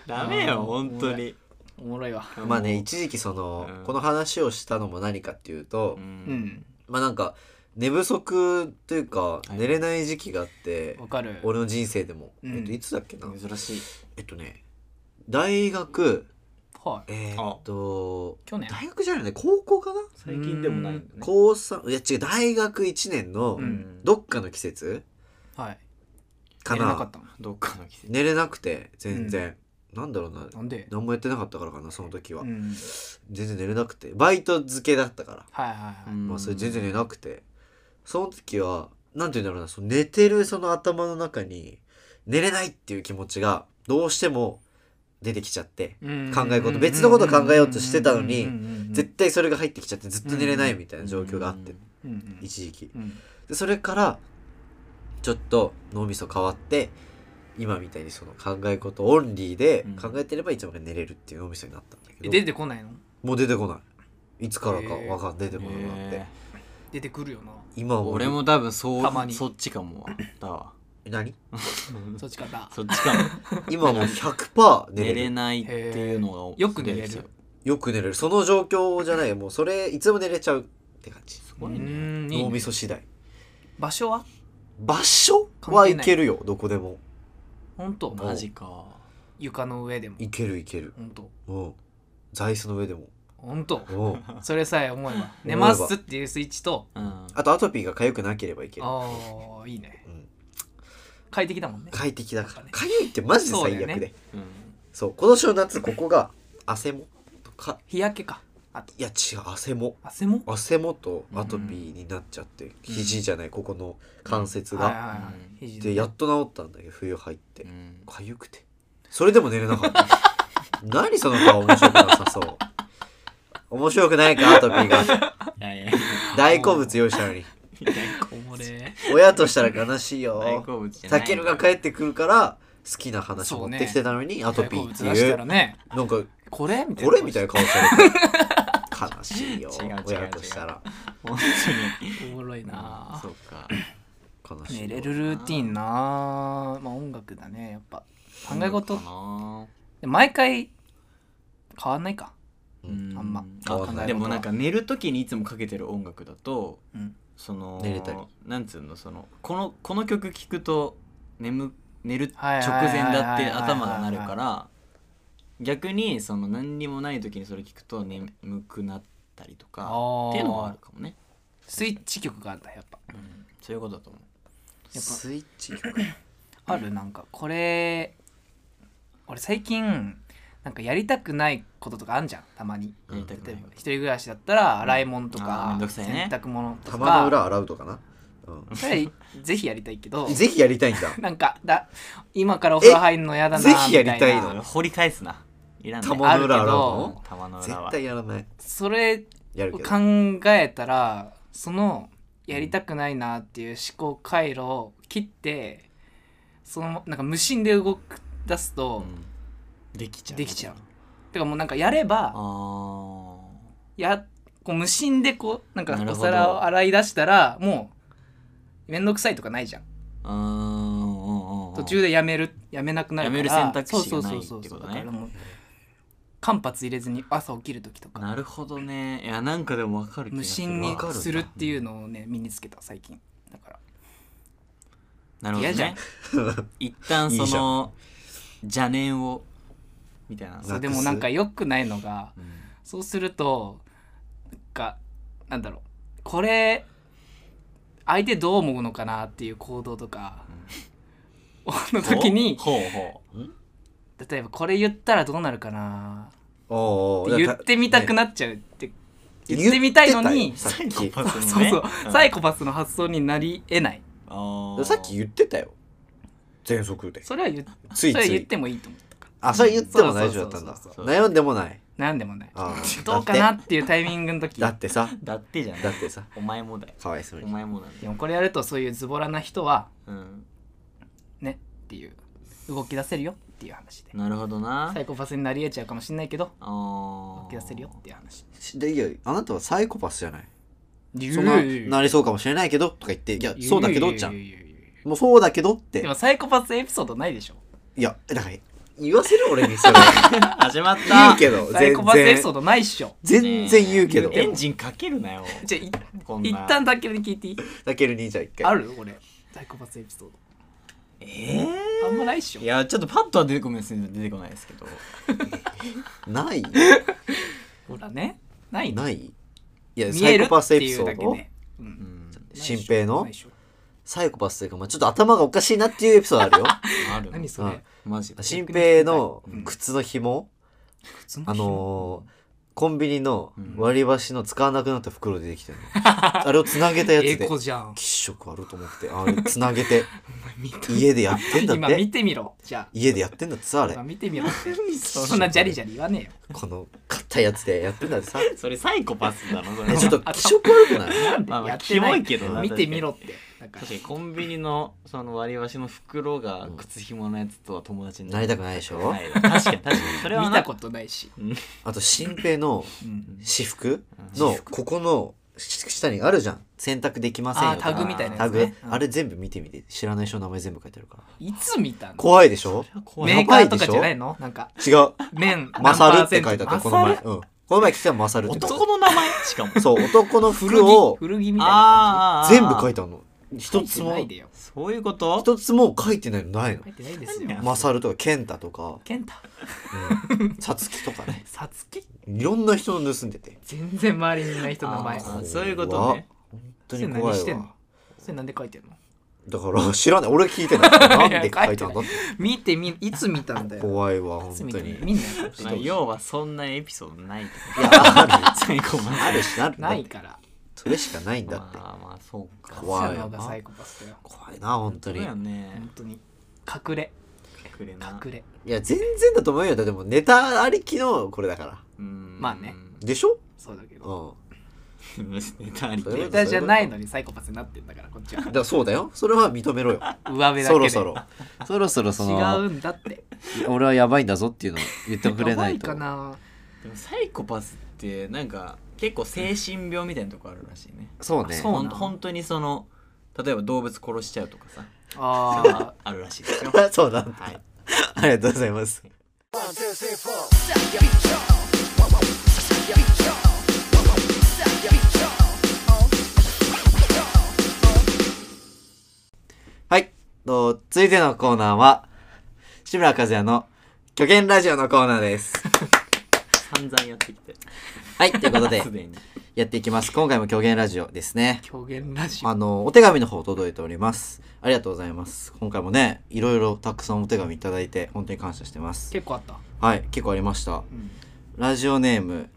[SPEAKER 3] ダメ
[SPEAKER 2] あー
[SPEAKER 3] よ本当に
[SPEAKER 2] おもろいわ
[SPEAKER 1] まあね一時期その、
[SPEAKER 3] うん
[SPEAKER 1] この話をしたのも何かっていうと、
[SPEAKER 3] う
[SPEAKER 2] うんん
[SPEAKER 1] まあなんか寝不足というか
[SPEAKER 3] い
[SPEAKER 1] 寝れない時期があって、
[SPEAKER 2] わかる
[SPEAKER 1] 俺の人生でも、
[SPEAKER 2] うん
[SPEAKER 1] えっといつだっけな、
[SPEAKER 3] 珍しい
[SPEAKER 1] えっとね大学
[SPEAKER 2] はい
[SPEAKER 1] えーっと
[SPEAKER 2] 去年
[SPEAKER 1] 大学じゃないね高校かな
[SPEAKER 3] 最近でもないんだね
[SPEAKER 1] 高3いや違う大学1年の
[SPEAKER 2] うん
[SPEAKER 1] どっかの季節
[SPEAKER 2] はい
[SPEAKER 1] か
[SPEAKER 2] 寝
[SPEAKER 1] な
[SPEAKER 2] れなかったの
[SPEAKER 3] どっかの季節
[SPEAKER 1] 寝れなくて全然、なんだろうな
[SPEAKER 2] なんで
[SPEAKER 1] 何もやってなかったからかなその時は、
[SPEAKER 2] うん
[SPEAKER 1] 全然寝れなくてバイト漬けだったから、
[SPEAKER 2] はいはいはい
[SPEAKER 1] まあそれ全然
[SPEAKER 3] ね
[SPEAKER 1] 寝なくてその時はなんて言うんだろうなその寝てるその頭の中に寝れないっていう気持ちがどうしても出てきちゃって考え事別のこと考えようとしてたのに絶対それが入ってきちゃってずっと寝れないみたいな状況があって
[SPEAKER 2] 対
[SPEAKER 1] 一時期
[SPEAKER 2] うん
[SPEAKER 1] でそれからちょっと脳みそ変わって今みたいにその考え事オンリーで
[SPEAKER 3] うん
[SPEAKER 1] 考えてればいつもが寝れるっていう脳みそになったんだけ
[SPEAKER 2] え
[SPEAKER 1] ど
[SPEAKER 2] 出てこないの
[SPEAKER 1] もう出てこないいつからか
[SPEAKER 2] へー
[SPEAKER 1] わかん出てこなくなって
[SPEAKER 2] 出てくるよな
[SPEAKER 1] 今はう
[SPEAKER 3] 俺も多分そう
[SPEAKER 2] たまに
[SPEAKER 3] そっちかもだわ
[SPEAKER 1] 何
[SPEAKER 2] そっちから
[SPEAKER 3] そっちかも
[SPEAKER 1] 今はもう100%寝
[SPEAKER 3] 寝
[SPEAKER 1] れ
[SPEAKER 3] れ
[SPEAKER 1] る
[SPEAKER 3] ないっていうのが
[SPEAKER 2] よく寝れる
[SPEAKER 3] すごいですよ
[SPEAKER 1] よく寝れるその状況じゃないもうそれいつでも寝れちゃうって感じ
[SPEAKER 3] す
[SPEAKER 2] う
[SPEAKER 3] ごいね
[SPEAKER 2] んいい
[SPEAKER 1] 脳み
[SPEAKER 2] ね
[SPEAKER 1] そ次第
[SPEAKER 2] 場所は
[SPEAKER 1] 場所
[SPEAKER 2] 関係な
[SPEAKER 1] はいいけるよどこでも
[SPEAKER 2] 本当
[SPEAKER 1] う
[SPEAKER 3] マジか
[SPEAKER 2] 床の上でも
[SPEAKER 1] いけるいける
[SPEAKER 2] 本当
[SPEAKER 1] うん座椅子の上でも
[SPEAKER 2] 本当
[SPEAKER 1] うん
[SPEAKER 2] それさえ思え ば寝ますっていうスイッチと
[SPEAKER 3] うん
[SPEAKER 1] あとアトピーが痒くなければいける
[SPEAKER 2] ああいいね
[SPEAKER 1] うん
[SPEAKER 2] 快適だもんね
[SPEAKER 1] 快適だから
[SPEAKER 2] なん
[SPEAKER 1] かゆいってマジで
[SPEAKER 2] そうだ
[SPEAKER 1] 最
[SPEAKER 2] よ
[SPEAKER 1] 悪
[SPEAKER 2] ね
[SPEAKER 1] で
[SPEAKER 3] うん
[SPEAKER 1] そう今年の夏ここが汗もとか
[SPEAKER 2] 日焼けかあと
[SPEAKER 1] いや違う汗も
[SPEAKER 2] 汗も
[SPEAKER 1] 汗もとアトピーになっちゃって、肘じゃないここの関節
[SPEAKER 2] はい
[SPEAKER 1] が、
[SPEAKER 2] はいはい肘
[SPEAKER 1] でやっと治ったんだけど冬入って
[SPEAKER 3] うん
[SPEAKER 1] かゆくてそれでも寝れなかった 何その顔面白くなさそう面白くないかアトピー が
[SPEAKER 3] いやいや
[SPEAKER 1] 大好物用意したのに
[SPEAKER 2] おもれ
[SPEAKER 1] 親としたら悲しい
[SPEAKER 3] 大
[SPEAKER 1] よ
[SPEAKER 3] 好物じゃな
[SPEAKER 1] タ
[SPEAKER 3] い
[SPEAKER 1] ケルが帰ってくるから好きな話持ってきてたのに、アトピーって
[SPEAKER 2] 出し
[SPEAKER 1] い
[SPEAKER 2] た
[SPEAKER 1] う
[SPEAKER 2] らね
[SPEAKER 1] なんか
[SPEAKER 2] これみたいな
[SPEAKER 1] これみたいな顔してる悲しいよ
[SPEAKER 3] 違う違う違う
[SPEAKER 1] 親としたら
[SPEAKER 3] 本当に
[SPEAKER 2] おも ろいな
[SPEAKER 3] そうか
[SPEAKER 1] 悲しい
[SPEAKER 2] 寝
[SPEAKER 1] よ
[SPEAKER 2] れるルーティンなまあ音楽だねやっぱ考え事
[SPEAKER 3] かな
[SPEAKER 2] で毎回変わんないか
[SPEAKER 1] うん
[SPEAKER 2] あんま
[SPEAKER 1] 変わんない
[SPEAKER 3] でもなんか寝る時にいつもかけてる音楽だと
[SPEAKER 2] うん
[SPEAKER 3] その
[SPEAKER 1] 寝れたり
[SPEAKER 3] なんつうのそのこのこの曲聴くと眠寝る
[SPEAKER 2] はいはい
[SPEAKER 3] 直
[SPEAKER 2] はいはい
[SPEAKER 3] 前だって頭がなる
[SPEAKER 2] は
[SPEAKER 3] か
[SPEAKER 2] い
[SPEAKER 3] ら逆にその何にもない時にそれ聞くと眠くなったりとか
[SPEAKER 2] あー
[SPEAKER 3] っていうのはあるかもね、
[SPEAKER 2] スイッチ曲があったやっぱ
[SPEAKER 3] うんそういうことだと思う
[SPEAKER 2] やっぱ
[SPEAKER 1] スイッチ
[SPEAKER 2] あるなんかこれ俺最近なんかやりたくないこととかあんじゃんたまに
[SPEAKER 1] うん
[SPEAKER 3] やりたくな
[SPEAKER 2] 例え
[SPEAKER 3] い
[SPEAKER 2] ば一人暮らしだったら洗い物と
[SPEAKER 3] あーめ
[SPEAKER 2] か
[SPEAKER 3] んどくさいね
[SPEAKER 2] 洗濯物と
[SPEAKER 1] 玉の
[SPEAKER 2] か
[SPEAKER 1] 裏洗うとかな、
[SPEAKER 2] それぜひやりたいけど
[SPEAKER 1] うん、ぜひやりたいんだ
[SPEAKER 2] なんかだ今からお風呂入るのやだな
[SPEAKER 1] えぜひやりたい
[SPEAKER 2] み
[SPEAKER 1] の
[SPEAKER 2] な
[SPEAKER 1] よ
[SPEAKER 3] 掘り返すないらんね
[SPEAKER 1] 玉
[SPEAKER 2] あ
[SPEAKER 1] の
[SPEAKER 2] るけ
[SPEAKER 1] 裏洗う
[SPEAKER 2] ど
[SPEAKER 1] の
[SPEAKER 3] 玉の
[SPEAKER 1] 絶
[SPEAKER 3] 裏は
[SPEAKER 1] 対やらない
[SPEAKER 2] それ
[SPEAKER 1] やる
[SPEAKER 2] を
[SPEAKER 1] けど
[SPEAKER 2] 考えたらそのやりたくないなっていう思考回路を切ってそのなんか無心で動き出すと、
[SPEAKER 3] うんできちゃう
[SPEAKER 2] できちゃうてかもうなんかやれば
[SPEAKER 3] あ
[SPEAKER 2] やこう無心でこうなんか
[SPEAKER 3] なる
[SPEAKER 2] お
[SPEAKER 3] ほど
[SPEAKER 2] 皿を洗い出したらもう面倒くさいとかないじゃん
[SPEAKER 3] ーあーうんうんうん
[SPEAKER 2] 途中でやめるやめなくなるから
[SPEAKER 3] やめる選択肢がない
[SPEAKER 2] そうそうそうそう
[SPEAKER 3] ってことね
[SPEAKER 2] だからもう間髪入れずに朝起きる時とか
[SPEAKER 3] なるほどねいやなんかでもわかる気が
[SPEAKER 2] 無
[SPEAKER 3] する
[SPEAKER 2] 心に
[SPEAKER 1] わかるな
[SPEAKER 2] するっていうのをね身につけた最近だから
[SPEAKER 3] なるほど
[SPEAKER 2] 嫌じゃん
[SPEAKER 3] ね 一旦
[SPEAKER 1] い
[SPEAKER 3] そ
[SPEAKER 1] いじゃ
[SPEAKER 3] の邪念をみたいな
[SPEAKER 1] な
[SPEAKER 2] そ
[SPEAKER 1] く
[SPEAKER 2] う
[SPEAKER 1] す
[SPEAKER 2] でもなんか良くないのが
[SPEAKER 3] うん
[SPEAKER 2] そうするとなんかなんだろうこれ相手どう思うのかなっていう行動とか、の時に
[SPEAKER 3] ほうほう
[SPEAKER 2] 例えばこれ言ったらどうなるかな
[SPEAKER 1] お
[SPEAKER 2] って言ってみたく
[SPEAKER 1] っ
[SPEAKER 2] なっちゃうって、言ってみたいのに
[SPEAKER 1] さっ
[SPEAKER 3] サイ
[SPEAKER 1] き
[SPEAKER 3] コパス
[SPEAKER 2] そ
[SPEAKER 3] の
[SPEAKER 2] う
[SPEAKER 3] ね
[SPEAKER 2] そう、
[SPEAKER 3] ん
[SPEAKER 2] サイコパスの発想になりえない
[SPEAKER 3] あー
[SPEAKER 1] さっき言ってたよ全速で
[SPEAKER 2] それは言っ
[SPEAKER 1] つい
[SPEAKER 2] それは
[SPEAKER 1] つ
[SPEAKER 2] 言っ
[SPEAKER 1] い
[SPEAKER 2] てもいいと思ったか
[SPEAKER 1] あそれ言っても大丈夫だったんだ
[SPEAKER 3] そうそうそうそう
[SPEAKER 1] 悩んでもない
[SPEAKER 2] 悩んでもない
[SPEAKER 1] あー
[SPEAKER 2] どうかなっていうタイミングの時
[SPEAKER 1] だってだってさ
[SPEAKER 3] だってじゃない
[SPEAKER 1] だってさ
[SPEAKER 3] お前もだよ
[SPEAKER 1] かわいそう
[SPEAKER 3] お
[SPEAKER 1] に
[SPEAKER 3] 前もなんだ
[SPEAKER 2] で
[SPEAKER 3] よ
[SPEAKER 2] もこれやるとそういうズボラな人は
[SPEAKER 3] うん
[SPEAKER 2] ねっていう動き出せるよっていう話で
[SPEAKER 3] なるほどな
[SPEAKER 2] サイコパスになり得ちゃうかもしれないけど
[SPEAKER 3] あー
[SPEAKER 2] 動き出せるよっていう話
[SPEAKER 1] でいやあなたはサイコパスじゃない
[SPEAKER 2] 理
[SPEAKER 1] そんななりそうかもしれないけどとか言っていやそうだけどじゃん
[SPEAKER 2] で
[SPEAKER 1] もうそうだけどって
[SPEAKER 2] もサイコパスエピソードないでしょ
[SPEAKER 1] いやだから言わせる俺にそれ 言
[SPEAKER 3] 始まった
[SPEAKER 1] うけ ど
[SPEAKER 2] サイ
[SPEAKER 1] 全
[SPEAKER 2] コパスエピソ
[SPEAKER 1] 然
[SPEAKER 2] ードないっしょ
[SPEAKER 1] 全然言うけど
[SPEAKER 3] エンジンかけるなよ
[SPEAKER 2] じゃあい
[SPEAKER 3] こんな
[SPEAKER 2] 一旦だけに聞いていい
[SPEAKER 1] たけるにじゃあ一回
[SPEAKER 2] ある俺サイコパスエピソー
[SPEAKER 3] え
[SPEAKER 2] ドあんまないっしょ
[SPEAKER 3] ーいやちょっとパッとは出てこないです出てこないですけど
[SPEAKER 1] ない
[SPEAKER 2] ほらねないの
[SPEAKER 1] ないいや
[SPEAKER 2] 見
[SPEAKER 1] サ
[SPEAKER 2] え
[SPEAKER 1] イ
[SPEAKER 2] る
[SPEAKER 1] コ
[SPEAKER 2] っ
[SPEAKER 1] パス
[SPEAKER 2] て
[SPEAKER 1] エピ
[SPEAKER 2] い
[SPEAKER 1] ソ
[SPEAKER 2] うだ
[SPEAKER 1] ー
[SPEAKER 2] け
[SPEAKER 1] ド
[SPEAKER 2] ねうん
[SPEAKER 3] うん
[SPEAKER 1] 新平の
[SPEAKER 2] ないっしょ
[SPEAKER 1] サイコパスというか、まあ、ちょっと頭がおかしいなっていうエピソードあ るよ
[SPEAKER 3] ある
[SPEAKER 2] 何それ
[SPEAKER 3] マジで
[SPEAKER 1] 新平の靴の紐、
[SPEAKER 2] 普通
[SPEAKER 1] あのーコンビニの
[SPEAKER 3] うん
[SPEAKER 1] 割り箸の使わなくなった袋でできてるの、 あれをつなげたやつ
[SPEAKER 2] ええ
[SPEAKER 1] で
[SPEAKER 2] 子じゃん
[SPEAKER 1] 気色あると思ってあれつなげ て家でやってんだっ
[SPEAKER 2] 今
[SPEAKER 1] て
[SPEAKER 2] 見てみろじゃあ
[SPEAKER 1] 家でやってんだってさあれ
[SPEAKER 2] 今見てみろって
[SPEAKER 3] それ
[SPEAKER 2] そんなジャリジャリ言わねえよ
[SPEAKER 1] この硬いやつでやってんだって さ
[SPEAKER 3] それサイコパスだろそ
[SPEAKER 1] え
[SPEAKER 3] れ
[SPEAKER 1] ちょっと気色悪くない
[SPEAKER 2] なんで
[SPEAKER 3] まあまあ
[SPEAKER 2] やってない
[SPEAKER 3] キモいけどな
[SPEAKER 2] 見てみろってだから
[SPEAKER 3] 確かにコンビニのその割り箸の袋が
[SPEAKER 1] うん
[SPEAKER 3] 靴ひものやつとは友達に
[SPEAKER 1] なりたくないでしょ、
[SPEAKER 3] はい確かに確かにそ れは
[SPEAKER 2] 見たことないし、
[SPEAKER 1] あと新平の
[SPEAKER 2] うん、
[SPEAKER 1] 私服のここの下にあるじゃん選択できませんよ
[SPEAKER 2] あー
[SPEAKER 1] と
[SPEAKER 2] タ
[SPEAKER 1] か
[SPEAKER 2] グみたいな
[SPEAKER 1] タ
[SPEAKER 2] やつ
[SPEAKER 1] グ、
[SPEAKER 2] ね、うん
[SPEAKER 1] あれ全部見てみて知らない人の名前全部書いてあるから
[SPEAKER 2] いつ見たの
[SPEAKER 1] 怖いでし ょ
[SPEAKER 3] と
[SPEAKER 2] メ
[SPEAKER 1] ね
[SPEAKER 2] ーカーとかじゃないのなんか
[SPEAKER 1] 違う
[SPEAKER 2] 麺
[SPEAKER 1] 「マサル」って書い
[SPEAKER 2] 何パーセン
[SPEAKER 1] て
[SPEAKER 2] ト
[SPEAKER 1] あったこの前、うん、この前来たら「マサル」って書いてあ
[SPEAKER 3] 男の名前しかも
[SPEAKER 1] ったそう男の
[SPEAKER 2] 古
[SPEAKER 1] 服
[SPEAKER 2] 着
[SPEAKER 1] を
[SPEAKER 2] 古着みたいな
[SPEAKER 3] あー
[SPEAKER 1] 全部書いてあるの一
[SPEAKER 2] 感じ
[SPEAKER 1] つ
[SPEAKER 2] 書いてな
[SPEAKER 1] も
[SPEAKER 2] いでよ
[SPEAKER 3] そういうこと
[SPEAKER 1] 一つも書いてないのないの
[SPEAKER 2] 書いてないです
[SPEAKER 3] 何
[SPEAKER 2] よ
[SPEAKER 3] や
[SPEAKER 1] マサルとか健太とか
[SPEAKER 2] 健太
[SPEAKER 1] さつきとか ね
[SPEAKER 2] さつき
[SPEAKER 1] いろんな人の盗んでて
[SPEAKER 2] 全然周りにいない人の名前
[SPEAKER 3] あ
[SPEAKER 2] そ
[SPEAKER 3] ーそういうことね
[SPEAKER 1] 本当
[SPEAKER 2] れ
[SPEAKER 1] に
[SPEAKER 2] 何
[SPEAKER 1] 怖
[SPEAKER 2] し
[SPEAKER 1] い
[SPEAKER 2] てんの
[SPEAKER 1] わ
[SPEAKER 2] それなんで書いてんの
[SPEAKER 1] だから知らない俺聞いて ないなんで書いてあるんだって
[SPEAKER 2] 見てみいつ見たんだよ
[SPEAKER 1] 怖いわ
[SPEAKER 2] い
[SPEAKER 1] 本
[SPEAKER 2] つ見
[SPEAKER 1] 当
[SPEAKER 2] た
[SPEAKER 1] に
[SPEAKER 2] みんなやっ
[SPEAKER 3] まあ要はそんなエピソードないってこと
[SPEAKER 1] いやあ
[SPEAKER 3] サイコパ
[SPEAKER 1] るあるしあるん
[SPEAKER 2] て
[SPEAKER 1] だっ
[SPEAKER 2] な
[SPEAKER 1] て
[SPEAKER 2] いから
[SPEAKER 1] それしかないんだって
[SPEAKER 3] まあまあそうか
[SPEAKER 1] 怖い
[SPEAKER 2] そういうのがサイコパスだよ
[SPEAKER 1] 怖いな本当
[SPEAKER 3] そう
[SPEAKER 1] に
[SPEAKER 3] だよね
[SPEAKER 2] 本当に隠れ
[SPEAKER 3] 隠れな
[SPEAKER 2] 隠れ
[SPEAKER 1] いや全然だと思うよでもネタありきのこれだから
[SPEAKER 3] うん
[SPEAKER 2] まあね
[SPEAKER 1] でしょ
[SPEAKER 2] そうだけど
[SPEAKER 1] う
[SPEAKER 3] ネタありき
[SPEAKER 1] それ
[SPEAKER 2] ネタじゃないのにサイコパスになってんだからこっちは
[SPEAKER 1] んだからそうだよそれは認めろよ
[SPEAKER 2] 上辺だけ
[SPEAKER 1] そ
[SPEAKER 2] で
[SPEAKER 1] ろそろそろそろそ
[SPEAKER 2] 違
[SPEAKER 1] の
[SPEAKER 2] うんだって
[SPEAKER 1] 俺はやばいんだぞっていうのを言ってくれないと
[SPEAKER 2] やばいかな
[SPEAKER 3] でもサイコパスってなんか結構精神病みたいなとこあるらしいね
[SPEAKER 1] そうね
[SPEAKER 2] そう
[SPEAKER 3] ほ
[SPEAKER 2] なんの
[SPEAKER 3] 本当にその例えば動物殺しちゃうとかさ
[SPEAKER 2] ああ
[SPEAKER 3] あるらし いですよ
[SPEAKER 1] そうなんだ
[SPEAKER 3] はい
[SPEAKER 1] ありがとうございますはいと続いてのコーナーは志村和也の虚言ラジオのコーナーです
[SPEAKER 3] 散々やってきて
[SPEAKER 1] はいということで
[SPEAKER 3] でに
[SPEAKER 1] やっていき ます今回も虚言ラジオです ね
[SPEAKER 2] 狂言ラジオ
[SPEAKER 1] あのお手紙の方届いておりますありがとうございます今回もねいろいろたくさんお手紙いただいて本当に感謝してます
[SPEAKER 2] 結構あった
[SPEAKER 1] はい結構ありました
[SPEAKER 2] うん
[SPEAKER 1] ラジオネーム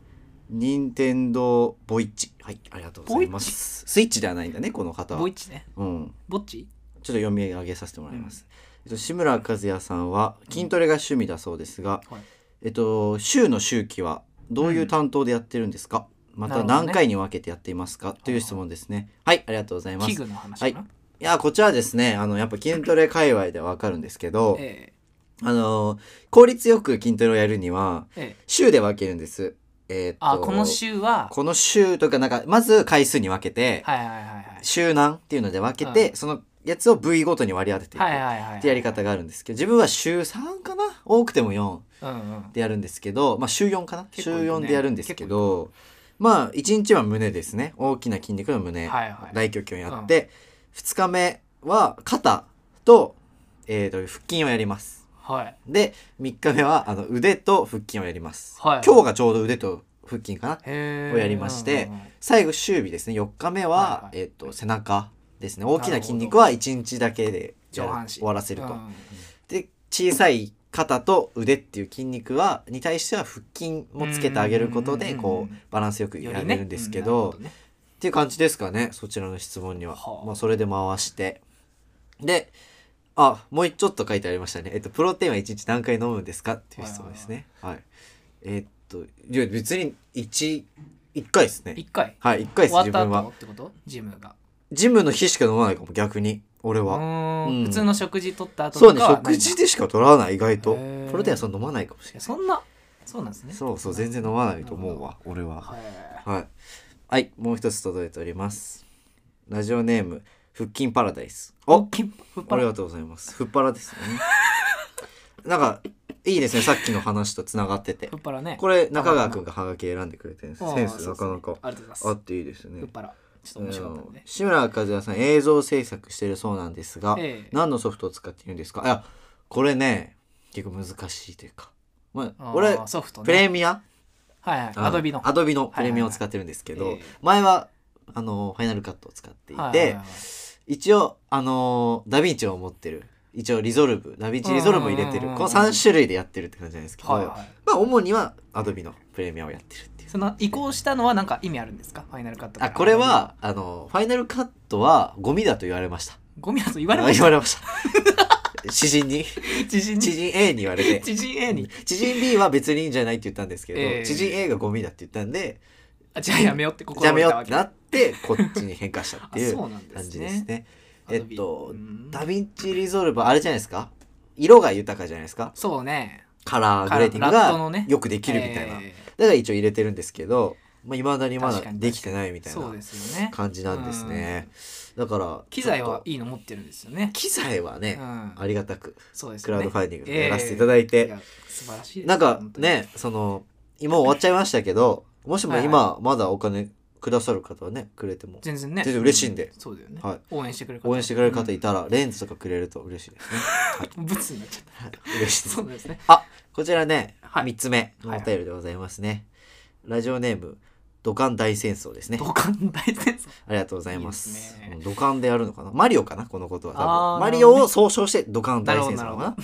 [SPEAKER 1] 任天堂ボイッチはいありがとうございますスイッチではないんだねこの方は
[SPEAKER 2] ボイッチね
[SPEAKER 1] うん
[SPEAKER 2] ぼっ
[SPEAKER 1] ちょ
[SPEAKER 2] ち
[SPEAKER 1] っと読み上げさせてもらいます、えっと、志村和也さんは筋トレが趣味だそうですが、
[SPEAKER 2] はい
[SPEAKER 1] えっと週の周期はどういう担当でやってるんですか、また
[SPEAKER 2] なるほど
[SPEAKER 1] 何
[SPEAKER 2] ね
[SPEAKER 1] 回に分けてやっていますかという質問ですねはいありがとうございま
[SPEAKER 2] 器
[SPEAKER 1] す
[SPEAKER 2] 具の話かな、
[SPEAKER 1] いや、こちらはですね、あの、やっぱ筋トレ界隈ではわかるんですけど、
[SPEAKER 2] え
[SPEAKER 1] あの、効率よく筋トレをやるには、
[SPEAKER 2] えええ
[SPEAKER 1] 週で分けるんです。えーっと、
[SPEAKER 2] あこの週は
[SPEAKER 1] この週とか、なんか、まず回数に分けて、
[SPEAKER 2] はいはいはいはい
[SPEAKER 1] 週何っていうので分けて、そのやつを部位ごとに割り当てていく
[SPEAKER 2] は
[SPEAKER 1] っ
[SPEAKER 2] いはいはい
[SPEAKER 1] てやり方があるんですけど、自分は週3かな多くても4
[SPEAKER 2] うんうん
[SPEAKER 1] でやるんですけど、まあ週4かな、
[SPEAKER 2] 結
[SPEAKER 1] 週
[SPEAKER 2] 構いくね
[SPEAKER 1] 4でやるんですけど、まあ1日は胸ですね。大きな筋肉の胸。
[SPEAKER 2] はいはい
[SPEAKER 1] 大胸筋をやって、2日目は肩と,、えー、と腹筋をやります
[SPEAKER 2] はい
[SPEAKER 1] で3日目はあの腕と腹筋をやります、
[SPEAKER 2] はい
[SPEAKER 1] 今日がちょうど腕と腹筋かな
[SPEAKER 2] へえ
[SPEAKER 1] をやりまして
[SPEAKER 2] うんうんうん
[SPEAKER 1] 最後終日ですね4日目は、
[SPEAKER 2] はいはい
[SPEAKER 1] えー、と背中ですね大きな筋肉は1日だけで
[SPEAKER 2] 上半身
[SPEAKER 1] 終わらせると、
[SPEAKER 2] うんうん
[SPEAKER 1] で小さい肩と腕っていう筋肉はに対しては腹筋もつけてあげること
[SPEAKER 2] うんうん
[SPEAKER 1] で
[SPEAKER 2] うんうん
[SPEAKER 1] こうバランスよくや
[SPEAKER 2] よ
[SPEAKER 1] れ
[SPEAKER 2] りね
[SPEAKER 1] るんですけど、
[SPEAKER 2] うんなるほね
[SPEAKER 1] っていう感じですかねそちらの質問には、
[SPEAKER 2] はあ
[SPEAKER 1] まあ、それで回してであもうちょっと書いてありましたねえっとプロテインは1日何回飲むんですかっていう質問ですねはいえっといや別に11回ですね
[SPEAKER 2] 一回
[SPEAKER 1] はい1回です
[SPEAKER 2] 終わっ
[SPEAKER 1] 自
[SPEAKER 2] た
[SPEAKER 1] 分
[SPEAKER 2] 後
[SPEAKER 1] は
[SPEAKER 2] ってことジムが
[SPEAKER 1] ジムの日しか飲まないかも逆に俺
[SPEAKER 2] う
[SPEAKER 1] は
[SPEAKER 2] ーん
[SPEAKER 1] うん
[SPEAKER 2] 普通の食事取った後
[SPEAKER 1] そう
[SPEAKER 2] と
[SPEAKER 1] ね
[SPEAKER 2] かは
[SPEAKER 1] 食事でしか取らない意外と
[SPEAKER 2] へー
[SPEAKER 1] プロテインはそんな飲まないかもしれ
[SPEAKER 2] いや
[SPEAKER 1] ない
[SPEAKER 2] そんなそうなんですね
[SPEAKER 1] そうそう全然飲まないと思うわ俺は
[SPEAKER 2] はい
[SPEAKER 1] はい。はい、もう一つ届いております。ラジオネーム、腹筋パラダイス。お
[SPEAKER 2] きふっぱ
[SPEAKER 1] あり
[SPEAKER 2] ら
[SPEAKER 1] がとうございます。ふっぱらですね。 なんか、いいですね、さっきの話とつながってて
[SPEAKER 2] ふっ。ぱらね
[SPEAKER 1] これ、中川くんがハガキ選んでくれてるんです。
[SPEAKER 2] あー
[SPEAKER 1] センス、
[SPEAKER 2] そう
[SPEAKER 1] な
[SPEAKER 2] そ
[SPEAKER 1] か
[SPEAKER 2] う
[SPEAKER 1] なか
[SPEAKER 2] ありがとうござ
[SPEAKER 1] あ
[SPEAKER 2] いま
[SPEAKER 1] っていいです
[SPEAKER 2] す
[SPEAKER 1] ね
[SPEAKER 2] ふっ。ぱらちょっと面白かったんで
[SPEAKER 1] あの志村和也さん映像制作してるそうなんですが、
[SPEAKER 2] ええ
[SPEAKER 1] 何のソフトを使っているんですかいやこれね結構難しいというか、ま
[SPEAKER 2] あ
[SPEAKER 1] あ、
[SPEAKER 2] ー
[SPEAKER 1] 俺
[SPEAKER 2] ソフト
[SPEAKER 1] プレ
[SPEAKER 2] ね
[SPEAKER 1] ミア
[SPEAKER 2] はいはいアドビの
[SPEAKER 1] アドビの
[SPEAKER 2] いは
[SPEAKER 1] プ
[SPEAKER 2] いはい
[SPEAKER 1] レミアを使ってるんですけど、
[SPEAKER 2] ええ
[SPEAKER 1] 前はあのファイナルカットを使っていて、
[SPEAKER 2] はいはいはい
[SPEAKER 1] 一応あのダヴィンチを持ってる一応リゾルブダヴィンチリゾルブを入れて
[SPEAKER 2] うんうんうん
[SPEAKER 1] る
[SPEAKER 2] うん
[SPEAKER 1] この3種類でやってるって感じなんですけど、
[SPEAKER 2] はいはい
[SPEAKER 1] まあ主にはアドビのプレミアをやってるっていう。
[SPEAKER 2] その移行したのは何か意味あるんですかファイナルカットから
[SPEAKER 1] あこれはあのファイナルカットはゴミだと言われました。
[SPEAKER 2] ゴミだと言わ
[SPEAKER 1] 言
[SPEAKER 2] れました
[SPEAKER 1] われました。詩人に
[SPEAKER 2] 知人
[SPEAKER 1] 知
[SPEAKER 2] に
[SPEAKER 1] 人 A に言われて
[SPEAKER 2] 知人 A に
[SPEAKER 1] 知人 B は別にいいんじゃないって言ったんですけど、
[SPEAKER 2] ええ
[SPEAKER 1] 知人 A がゴミだって言ったんで
[SPEAKER 2] あじゃあやめようって心
[SPEAKER 1] や
[SPEAKER 2] が
[SPEAKER 1] め
[SPEAKER 2] 折れ
[SPEAKER 1] よ
[SPEAKER 2] た
[SPEAKER 1] う
[SPEAKER 2] わ
[SPEAKER 1] っ
[SPEAKER 2] け
[SPEAKER 1] てなってこっちに変化したってい
[SPEAKER 2] あ
[SPEAKER 1] う
[SPEAKER 2] そう
[SPEAKER 1] 感
[SPEAKER 2] なんですね
[SPEAKER 1] じですね。えっと
[SPEAKER 2] アドビうん
[SPEAKER 1] ダヴィンチリゾルバあれじゃないですか色が豊かじゃないですか
[SPEAKER 2] そうね
[SPEAKER 1] カラーグレーディン
[SPEAKER 2] カラーラットの
[SPEAKER 1] グ
[SPEAKER 2] ね
[SPEAKER 1] がよくできるみたいな、
[SPEAKER 2] え
[SPEAKER 1] だから一応入れてるんですけどいまあ、未だにまだ
[SPEAKER 2] 確かに
[SPEAKER 1] できてないみ
[SPEAKER 2] ー
[SPEAKER 1] たいな
[SPEAKER 2] そうですよね
[SPEAKER 1] 感じなんですねだから
[SPEAKER 2] 機材
[SPEAKER 1] ちょ
[SPEAKER 2] は
[SPEAKER 1] っと
[SPEAKER 2] いいの持ってるんですよね
[SPEAKER 1] 機材はね、
[SPEAKER 2] うん
[SPEAKER 1] ありがたく
[SPEAKER 2] そうです
[SPEAKER 1] ク
[SPEAKER 2] よ
[SPEAKER 1] ラウ
[SPEAKER 2] ね
[SPEAKER 1] ドファンディングで
[SPEAKER 2] ええ
[SPEAKER 1] やらせていただいて、
[SPEAKER 2] や素晴らしいです
[SPEAKER 1] なんか
[SPEAKER 2] 本当に
[SPEAKER 1] ねその今終わっちゃいましたけ どもしも
[SPEAKER 2] は
[SPEAKER 1] 今まだお金くださる方はねくれても
[SPEAKER 2] 全然ね
[SPEAKER 1] 全然嬉しいんで
[SPEAKER 2] うそうだよね、
[SPEAKER 1] はい
[SPEAKER 2] 応援してくれる方
[SPEAKER 1] 応援してくれる方い
[SPEAKER 2] た、
[SPEAKER 1] たらレンズとかくれると嬉しい ですね。はい
[SPEAKER 2] うんブツになっちゃっ
[SPEAKER 1] 嬉しいです
[SPEAKER 2] たそう。ですね
[SPEAKER 1] こちらね、
[SPEAKER 2] はい
[SPEAKER 1] 3つ目のお便りでございますね。ラジオネーム、土管大戦争ですね。
[SPEAKER 2] 土管大戦争
[SPEAKER 1] ありがとうございます
[SPEAKER 2] いいですね
[SPEAKER 1] うん土管でやるのかなマリオかなこのことは多
[SPEAKER 2] あー
[SPEAKER 1] 分。マリオを総称して土管
[SPEAKER 2] な
[SPEAKER 1] 大
[SPEAKER 2] るほど
[SPEAKER 1] 戦争
[SPEAKER 2] な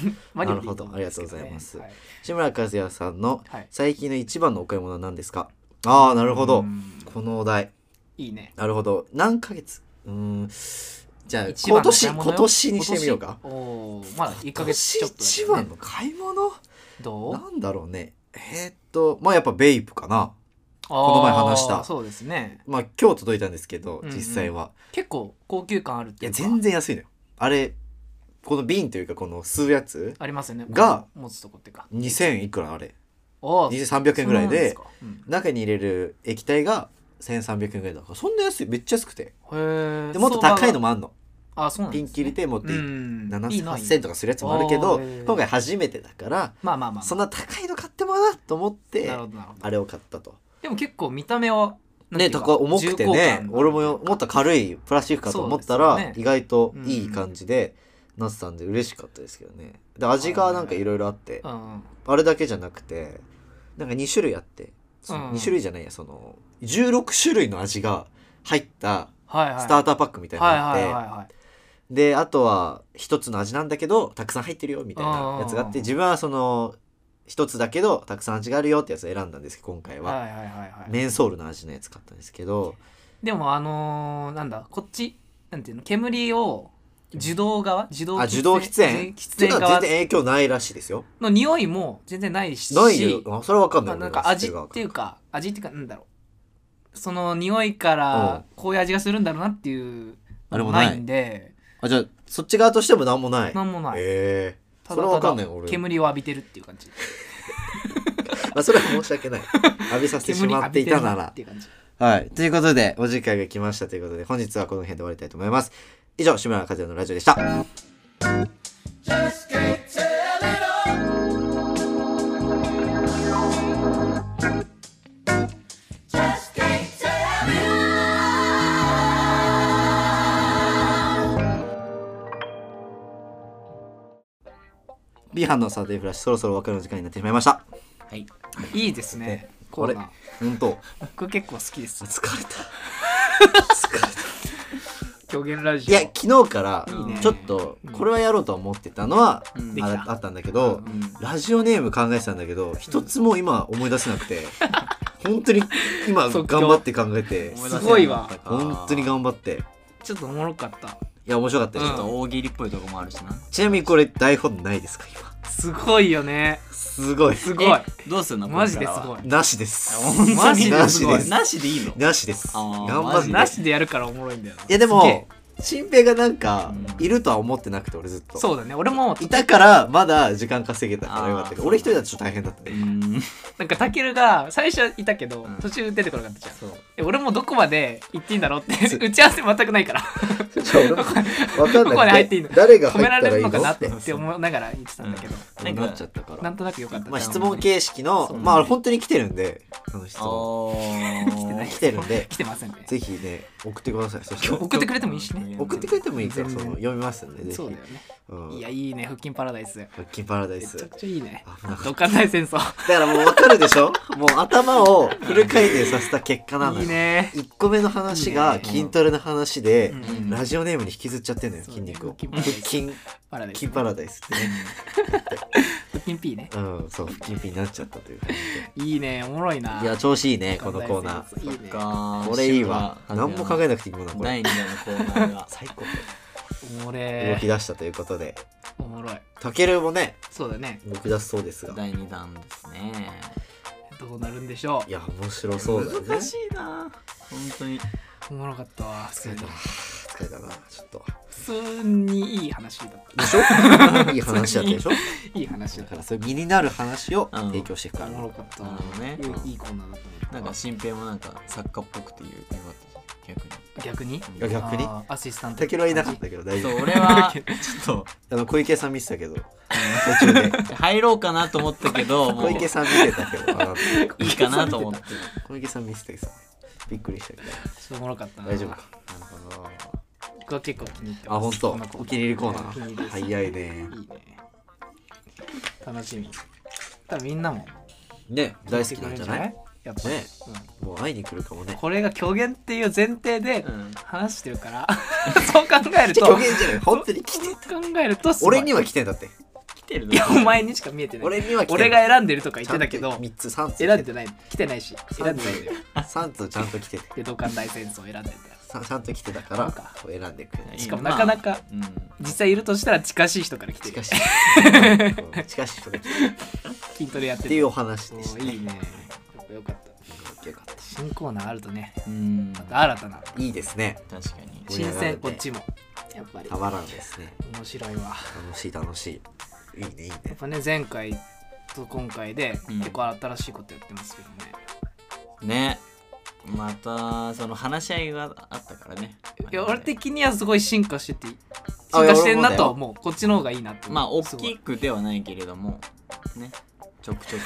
[SPEAKER 1] か
[SPEAKER 2] る
[SPEAKER 1] な
[SPEAKER 2] ほどマリオでいいと思
[SPEAKER 1] なるほどありがとう
[SPEAKER 2] んですけどね
[SPEAKER 1] ございます
[SPEAKER 2] はい
[SPEAKER 1] 志村和也さんの
[SPEAKER 2] はい
[SPEAKER 1] 最近の一番のお買い物は何ですかああ、なるほど
[SPEAKER 2] う。ん
[SPEAKER 1] このお題。
[SPEAKER 2] いいね
[SPEAKER 1] なるほど。何ヶ月うーん。じゃあ、
[SPEAKER 2] 一番
[SPEAKER 1] 今
[SPEAKER 2] の買い
[SPEAKER 1] 年、
[SPEAKER 2] 物よ
[SPEAKER 1] 今年にしてみようか。
[SPEAKER 2] 今年おーまだ1ヶ月ちょっとだけ
[SPEAKER 1] 一
[SPEAKER 2] どね、
[SPEAKER 1] 番の買い物
[SPEAKER 2] どう
[SPEAKER 1] なんだろうね。えーっと、まあやっぱベイプかな。
[SPEAKER 2] こ
[SPEAKER 1] の前話した
[SPEAKER 2] そうですね
[SPEAKER 1] まあ今日届いたんですけど、
[SPEAKER 2] うんうん
[SPEAKER 1] 実際は。
[SPEAKER 2] 結構高級感あるっ
[SPEAKER 1] い
[SPEAKER 2] てい
[SPEAKER 1] や、
[SPEAKER 2] うか
[SPEAKER 1] 全然安いのよ。あれ、この瓶というか、この吸うやつ、
[SPEAKER 2] ありますよね
[SPEAKER 1] が
[SPEAKER 2] 持つとこっていうか
[SPEAKER 1] 2000いくらあれ。
[SPEAKER 2] おー
[SPEAKER 1] 2300円ぐらいで
[SPEAKER 2] そ、うなんで
[SPEAKER 1] 中に入れる液体が1300円ぐらいだから、そんな安い、めっちゃ安くて。
[SPEAKER 2] すかうんへえ
[SPEAKER 1] でもっと高いのもあんの。
[SPEAKER 2] あそうなんです、
[SPEAKER 1] ピ
[SPEAKER 2] ね、
[SPEAKER 1] ン切りでもって
[SPEAKER 2] うんいい
[SPEAKER 1] 7000、
[SPEAKER 2] な
[SPEAKER 1] 8000とかするやつもあるけ
[SPEAKER 2] あ
[SPEAKER 1] ど
[SPEAKER 2] ーへー、
[SPEAKER 1] 今回初めてだから、
[SPEAKER 2] まあまあまあ、
[SPEAKER 1] そんな高いの買ってもなと思って
[SPEAKER 2] な、るほどなるほど
[SPEAKER 1] あれを買ったと。
[SPEAKER 2] でも結構見た目はなん
[SPEAKER 1] ね、
[SPEAKER 2] ていうか
[SPEAKER 1] とか重くてね俺もよもっと軽いプラスチックかと思ったら、
[SPEAKER 2] そうですよね
[SPEAKER 1] 意外といい感じでなってたんで嬉しかったですけどねで味がなんかいろいろあって、
[SPEAKER 2] 重厚感がうんうん
[SPEAKER 1] あれだけじゃなくてなんか2種類あってその
[SPEAKER 2] うん
[SPEAKER 1] 2種類じゃないやその16種類の味が入った
[SPEAKER 2] はいはい
[SPEAKER 1] スターターパックみたいなのがあっ
[SPEAKER 2] はい
[SPEAKER 1] て、
[SPEAKER 2] はいはいはい
[SPEAKER 1] であとは1つの味なんだけどたくさん入ってるよみたいなやつがあって
[SPEAKER 2] うん
[SPEAKER 1] 自分はその1つだけどたくさん味があるよってやつを選んだんですけど今回は、
[SPEAKER 2] はいはいはいはい
[SPEAKER 1] メンソールの味のやつ買ったんですけど
[SPEAKER 2] でもあのー、なんだこっちなんていうの煙を受動側受動
[SPEAKER 1] あ、受動喫煙
[SPEAKER 2] 喫煙
[SPEAKER 1] っていうのは
[SPEAKER 2] 側
[SPEAKER 1] 全然影響ないらしいですよ。
[SPEAKER 2] の匂いも全然ないし
[SPEAKER 1] ないよ。あそれはわかんな
[SPEAKER 2] まあ
[SPEAKER 1] い。
[SPEAKER 2] なんか味っていう
[SPEAKER 1] か。
[SPEAKER 2] か味っていうかなんだろうその匂いからこういう味がするんだろうなっていう
[SPEAKER 1] あれもない
[SPEAKER 2] ないんで
[SPEAKER 1] あ、じゃあ、そっち側としてもなんもない。
[SPEAKER 2] なんもない
[SPEAKER 1] ええ
[SPEAKER 2] た
[SPEAKER 1] それは
[SPEAKER 2] だ
[SPEAKER 1] わか
[SPEAKER 2] た
[SPEAKER 1] んない
[SPEAKER 2] だ
[SPEAKER 1] 俺。
[SPEAKER 2] 煙を浴びてるっていう 感じ
[SPEAKER 1] まあ、それは申し 訳ない。浴びさせてし
[SPEAKER 2] 煙
[SPEAKER 1] ま
[SPEAKER 2] 浴
[SPEAKER 1] って
[SPEAKER 2] び
[SPEAKER 1] い
[SPEAKER 2] てる
[SPEAKER 1] た
[SPEAKER 2] な
[SPEAKER 1] な
[SPEAKER 2] っ
[SPEAKER 1] ら
[SPEAKER 2] て。いう感じ
[SPEAKER 1] はい。ということで、お時間が来ましたということで、本日はこの辺で終わりたいと思います。以上、志村和也のラジオでした。B 班のサーデーフラッシュ、そろそろお別れの時間になってしまいま した。
[SPEAKER 2] はいいいですね
[SPEAKER 1] あ
[SPEAKER 2] コー
[SPEAKER 1] れ
[SPEAKER 2] ナー
[SPEAKER 1] 本当。
[SPEAKER 2] 僕結構好きです
[SPEAKER 1] 疲れた。
[SPEAKER 2] 狂言ラジ
[SPEAKER 1] い
[SPEAKER 2] オ
[SPEAKER 1] や昨日から
[SPEAKER 2] いいね
[SPEAKER 1] ちょっとこれはやろうとは思ってたのは
[SPEAKER 3] うん
[SPEAKER 2] でき
[SPEAKER 1] あ
[SPEAKER 2] た
[SPEAKER 1] あったんだけどラジオネーム考えてたんだけど一つも今思い出せなくて本当に今
[SPEAKER 2] 即
[SPEAKER 1] 頑
[SPEAKER 2] 興
[SPEAKER 1] 張って考えて
[SPEAKER 2] すごいわ
[SPEAKER 1] 本当に頑張って
[SPEAKER 2] ちょっとおもろかった
[SPEAKER 1] いや面白かった
[SPEAKER 2] う
[SPEAKER 1] よ、
[SPEAKER 2] ん
[SPEAKER 3] ちょっと大喜利っぽいとこもあるしな
[SPEAKER 1] ちなみにこれ台本ないですか今
[SPEAKER 2] すごいよね
[SPEAKER 1] すごい
[SPEAKER 2] すごい
[SPEAKER 3] どうするの
[SPEAKER 2] マジです
[SPEAKER 3] こ
[SPEAKER 2] ご
[SPEAKER 3] れ
[SPEAKER 1] なしです
[SPEAKER 3] からは本当に
[SPEAKER 2] マジ
[SPEAKER 1] な
[SPEAKER 2] で
[SPEAKER 1] し
[SPEAKER 2] す
[SPEAKER 1] で
[SPEAKER 2] ごい
[SPEAKER 1] す
[SPEAKER 3] なしでいいの
[SPEAKER 1] なしです
[SPEAKER 3] あー
[SPEAKER 1] 頑張
[SPEAKER 3] マ
[SPEAKER 1] っ
[SPEAKER 3] ジ
[SPEAKER 1] て
[SPEAKER 3] で
[SPEAKER 2] なしでやるからおもろいんだよない
[SPEAKER 1] やで
[SPEAKER 2] すげえ
[SPEAKER 1] も新平がなんか
[SPEAKER 3] うん
[SPEAKER 1] いるとは思ってなくて俺ずっと
[SPEAKER 2] そうだね俺も
[SPEAKER 1] いたからまだ時間稼げたからよかったけど
[SPEAKER 3] あー
[SPEAKER 1] 俺一人だとちょっと大変だった
[SPEAKER 3] う
[SPEAKER 1] ね
[SPEAKER 3] ーん
[SPEAKER 2] なんかたけるが最初はいたけど
[SPEAKER 3] うん
[SPEAKER 2] 途中出てこなかったじゃん
[SPEAKER 3] そう
[SPEAKER 2] え俺もどこまで行っていいんだろうって打ち合わせ全くないから
[SPEAKER 1] わかん
[SPEAKER 2] ここに
[SPEAKER 1] な
[SPEAKER 2] 入
[SPEAKER 1] い
[SPEAKER 2] っていいの
[SPEAKER 1] 誰が
[SPEAKER 2] 褒
[SPEAKER 1] 入
[SPEAKER 2] め
[SPEAKER 1] っ
[SPEAKER 2] ら
[SPEAKER 1] た
[SPEAKER 2] れ
[SPEAKER 1] らい
[SPEAKER 2] る
[SPEAKER 1] いの
[SPEAKER 2] のかなって
[SPEAKER 3] そうそう
[SPEAKER 2] って思いながら言ってたんだけど、
[SPEAKER 1] な
[SPEAKER 3] なんん
[SPEAKER 1] か
[SPEAKER 3] か
[SPEAKER 1] なっちゃったか
[SPEAKER 2] な
[SPEAKER 1] ら
[SPEAKER 2] んとなく良かった
[SPEAKER 3] うん
[SPEAKER 1] まあ
[SPEAKER 3] じゃあ
[SPEAKER 1] 質問形式の
[SPEAKER 2] そう
[SPEAKER 1] まああれ本当に来てるんであの質
[SPEAKER 3] あ
[SPEAKER 1] 問
[SPEAKER 3] ー
[SPEAKER 2] 来てない
[SPEAKER 1] 来てるんで
[SPEAKER 2] 来てませんね
[SPEAKER 1] ぜひね送ってくださいそして
[SPEAKER 2] 送ってくれてもいいしね
[SPEAKER 1] 送ってくれてもいいから
[SPEAKER 2] 全
[SPEAKER 1] そ
[SPEAKER 2] 然
[SPEAKER 1] の読みますんでぜひ
[SPEAKER 2] そうだよね、
[SPEAKER 1] うん
[SPEAKER 2] いやいいね腹筋パラダイス
[SPEAKER 1] 腹筋パラダイ
[SPEAKER 2] め
[SPEAKER 1] ス
[SPEAKER 2] ちゃ
[SPEAKER 1] だ
[SPEAKER 2] くちゃいいね
[SPEAKER 1] 危な
[SPEAKER 2] ドカン大戦争
[SPEAKER 1] からもうわかるでしょもう頭 をフル回転させた結果なの
[SPEAKER 2] いい
[SPEAKER 1] よ
[SPEAKER 2] ね
[SPEAKER 1] 1個目の話
[SPEAKER 2] い
[SPEAKER 1] が
[SPEAKER 2] い
[SPEAKER 1] 筋トレの話で
[SPEAKER 2] うん
[SPEAKER 3] うん
[SPEAKER 1] ラジオネームに引きずっちゃってんのよ
[SPEAKER 2] そう
[SPEAKER 1] 筋肉を
[SPEAKER 2] 筋
[SPEAKER 1] 腹
[SPEAKER 2] パラダイス
[SPEAKER 1] 筋
[SPEAKER 2] パラダイス
[SPEAKER 1] 筋パラダイスってね
[SPEAKER 2] 腹筋 P ね
[SPEAKER 1] うんそう腹筋ピンになっちゃったという感じ
[SPEAKER 2] いいねおもろいな
[SPEAKER 1] でいや調子いいねこのコーナ
[SPEAKER 2] ーいいね
[SPEAKER 3] か
[SPEAKER 1] ーこれいいわ
[SPEAKER 3] シンプル
[SPEAKER 1] 何も考えなくていいもんなこれ
[SPEAKER 3] 第2弾のコーナーが
[SPEAKER 1] 最高
[SPEAKER 2] お
[SPEAKER 1] 動
[SPEAKER 2] もれ
[SPEAKER 1] き出したということで
[SPEAKER 2] おもろい
[SPEAKER 1] たけるもね
[SPEAKER 2] そうだね
[SPEAKER 1] 動き出すそうですが
[SPEAKER 3] 第2弾ですね
[SPEAKER 2] どうなるんでしょ
[SPEAKER 1] いや面白そうだね
[SPEAKER 3] 難しいな本当に
[SPEAKER 2] うおもろかったわ普
[SPEAKER 1] 疲
[SPEAKER 2] 通
[SPEAKER 1] れ
[SPEAKER 2] に
[SPEAKER 1] たな疲れたなちょっと
[SPEAKER 2] 普通にいい話だっ
[SPEAKER 1] で しょいい話だったでしょ
[SPEAKER 2] たいい話
[SPEAKER 1] だ
[SPEAKER 2] だっ
[SPEAKER 1] か
[SPEAKER 2] た
[SPEAKER 1] らそういう身になる話を
[SPEAKER 3] うん
[SPEAKER 1] 提供していくか
[SPEAKER 2] お
[SPEAKER 1] ら
[SPEAKER 2] もろかった
[SPEAKER 3] なるほどね
[SPEAKER 2] いいいコーナーだったね
[SPEAKER 3] なんか新平もなんか作家っぽくて言うよかったじゃん逆に
[SPEAKER 2] 逆に
[SPEAKER 1] いや逆に
[SPEAKER 2] あーアシスタント
[SPEAKER 1] たけるはいなかったけど大丈
[SPEAKER 3] そう
[SPEAKER 1] 夫
[SPEAKER 3] 俺はちょっと
[SPEAKER 1] あの小池さん見てたけど途中 で
[SPEAKER 3] 入ろうかなと思ったけども
[SPEAKER 1] 小
[SPEAKER 3] うい
[SPEAKER 1] 池
[SPEAKER 3] い
[SPEAKER 1] さん見てたけどあの
[SPEAKER 3] かなと思って
[SPEAKER 1] 小池さん見てたけどびっくりしたけど
[SPEAKER 2] ちょっとおもろかったな
[SPEAKER 1] 大丈夫か
[SPEAKER 3] なるほど
[SPEAKER 2] 僕は結構気に入って
[SPEAKER 1] あ
[SPEAKER 2] ます
[SPEAKER 1] 本当
[SPEAKER 2] このコーナー
[SPEAKER 1] お気に入りコーナ
[SPEAKER 2] お気に入り
[SPEAKER 1] ー
[SPEAKER 2] です
[SPEAKER 1] 早いね
[SPEAKER 2] いいね楽しみ多分みんなも
[SPEAKER 1] ね大好きなんじゃない
[SPEAKER 2] やっぱり、
[SPEAKER 1] ねもう会いに来るかも
[SPEAKER 2] うん
[SPEAKER 1] ね
[SPEAKER 2] これが虚言っていう前提で
[SPEAKER 3] うん
[SPEAKER 2] 話してるから そう考えると
[SPEAKER 1] 虚言じゃない本当に来て
[SPEAKER 2] そう考えるとすごい
[SPEAKER 1] 俺には来てんだって
[SPEAKER 3] 来てるの
[SPEAKER 2] いやお前にしか見えてない
[SPEAKER 1] 俺には来てんだ
[SPEAKER 2] 俺が選んでるとか言ってたけど
[SPEAKER 1] 3つ3つ
[SPEAKER 2] 選んでない来てないし選んでないんだよ
[SPEAKER 1] 3つちゃんと来てて
[SPEAKER 2] で土管大戦争選んでんだよ
[SPEAKER 1] さちゃんと来てたか
[SPEAKER 2] な
[SPEAKER 1] ら
[SPEAKER 2] んか
[SPEAKER 1] こう選んでくれない
[SPEAKER 2] しかもなかなか
[SPEAKER 3] うん
[SPEAKER 2] 実際いるとしたら近しい人から来て
[SPEAKER 1] し
[SPEAKER 2] る
[SPEAKER 1] かし うんしかしそれ来て
[SPEAKER 2] 筋トレやって
[SPEAKER 1] ってていうお話でし
[SPEAKER 2] そ
[SPEAKER 1] た
[SPEAKER 2] ういいねやっぱよかっ
[SPEAKER 1] よかった
[SPEAKER 2] 新コーナーあるとね
[SPEAKER 3] うん
[SPEAKER 2] また新たな
[SPEAKER 1] たいいですね
[SPEAKER 3] 確かに
[SPEAKER 2] 新鮮こっちもやっぱり
[SPEAKER 1] たまらんですね
[SPEAKER 2] 面白いわ
[SPEAKER 1] 楽しい楽しいいいねいいね
[SPEAKER 2] やっぱね前回と今回で
[SPEAKER 3] うん
[SPEAKER 2] 結構新しいことやってますけどね、
[SPEAKER 3] ねまたその話し合いがあったからね
[SPEAKER 2] いや俺的にはすごい進化してて進
[SPEAKER 1] あいや
[SPEAKER 2] 化してんなとは
[SPEAKER 1] 俺
[SPEAKER 2] 思うこっちの方がいいなって
[SPEAKER 3] まあ大
[SPEAKER 2] すご
[SPEAKER 3] きくではないけれどもねちょくちょく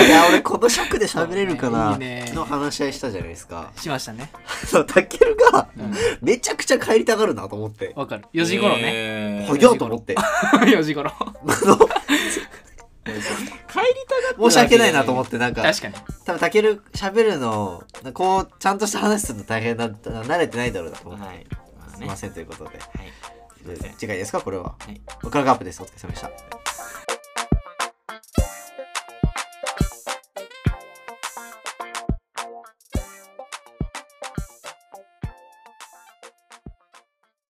[SPEAKER 1] いや俺この尺で喋れるかな、
[SPEAKER 2] そうねいいね
[SPEAKER 1] 昨日話し合いしたじゃないですか
[SPEAKER 2] しましたね
[SPEAKER 1] そうたけるが
[SPEAKER 2] うん
[SPEAKER 1] めちゃくちゃ帰りたがるなと思って
[SPEAKER 2] わかる4時頃ね、
[SPEAKER 3] ね
[SPEAKER 1] 早っと思ってあ
[SPEAKER 2] 4時頃
[SPEAKER 1] の
[SPEAKER 3] 帰り
[SPEAKER 1] 申し訳ないなと思ってなんか
[SPEAKER 2] 確かに
[SPEAKER 1] 多分たける喋るのこうちゃんとした話するの大変だった慣れてないだろうなと
[SPEAKER 3] た
[SPEAKER 1] 思って、
[SPEAKER 3] はいまあ
[SPEAKER 1] すい
[SPEAKER 3] ね
[SPEAKER 1] ませんということで
[SPEAKER 3] はいすいません
[SPEAKER 1] 次回ですかこれは、
[SPEAKER 3] はい
[SPEAKER 1] クランクアップですお疲れ様でした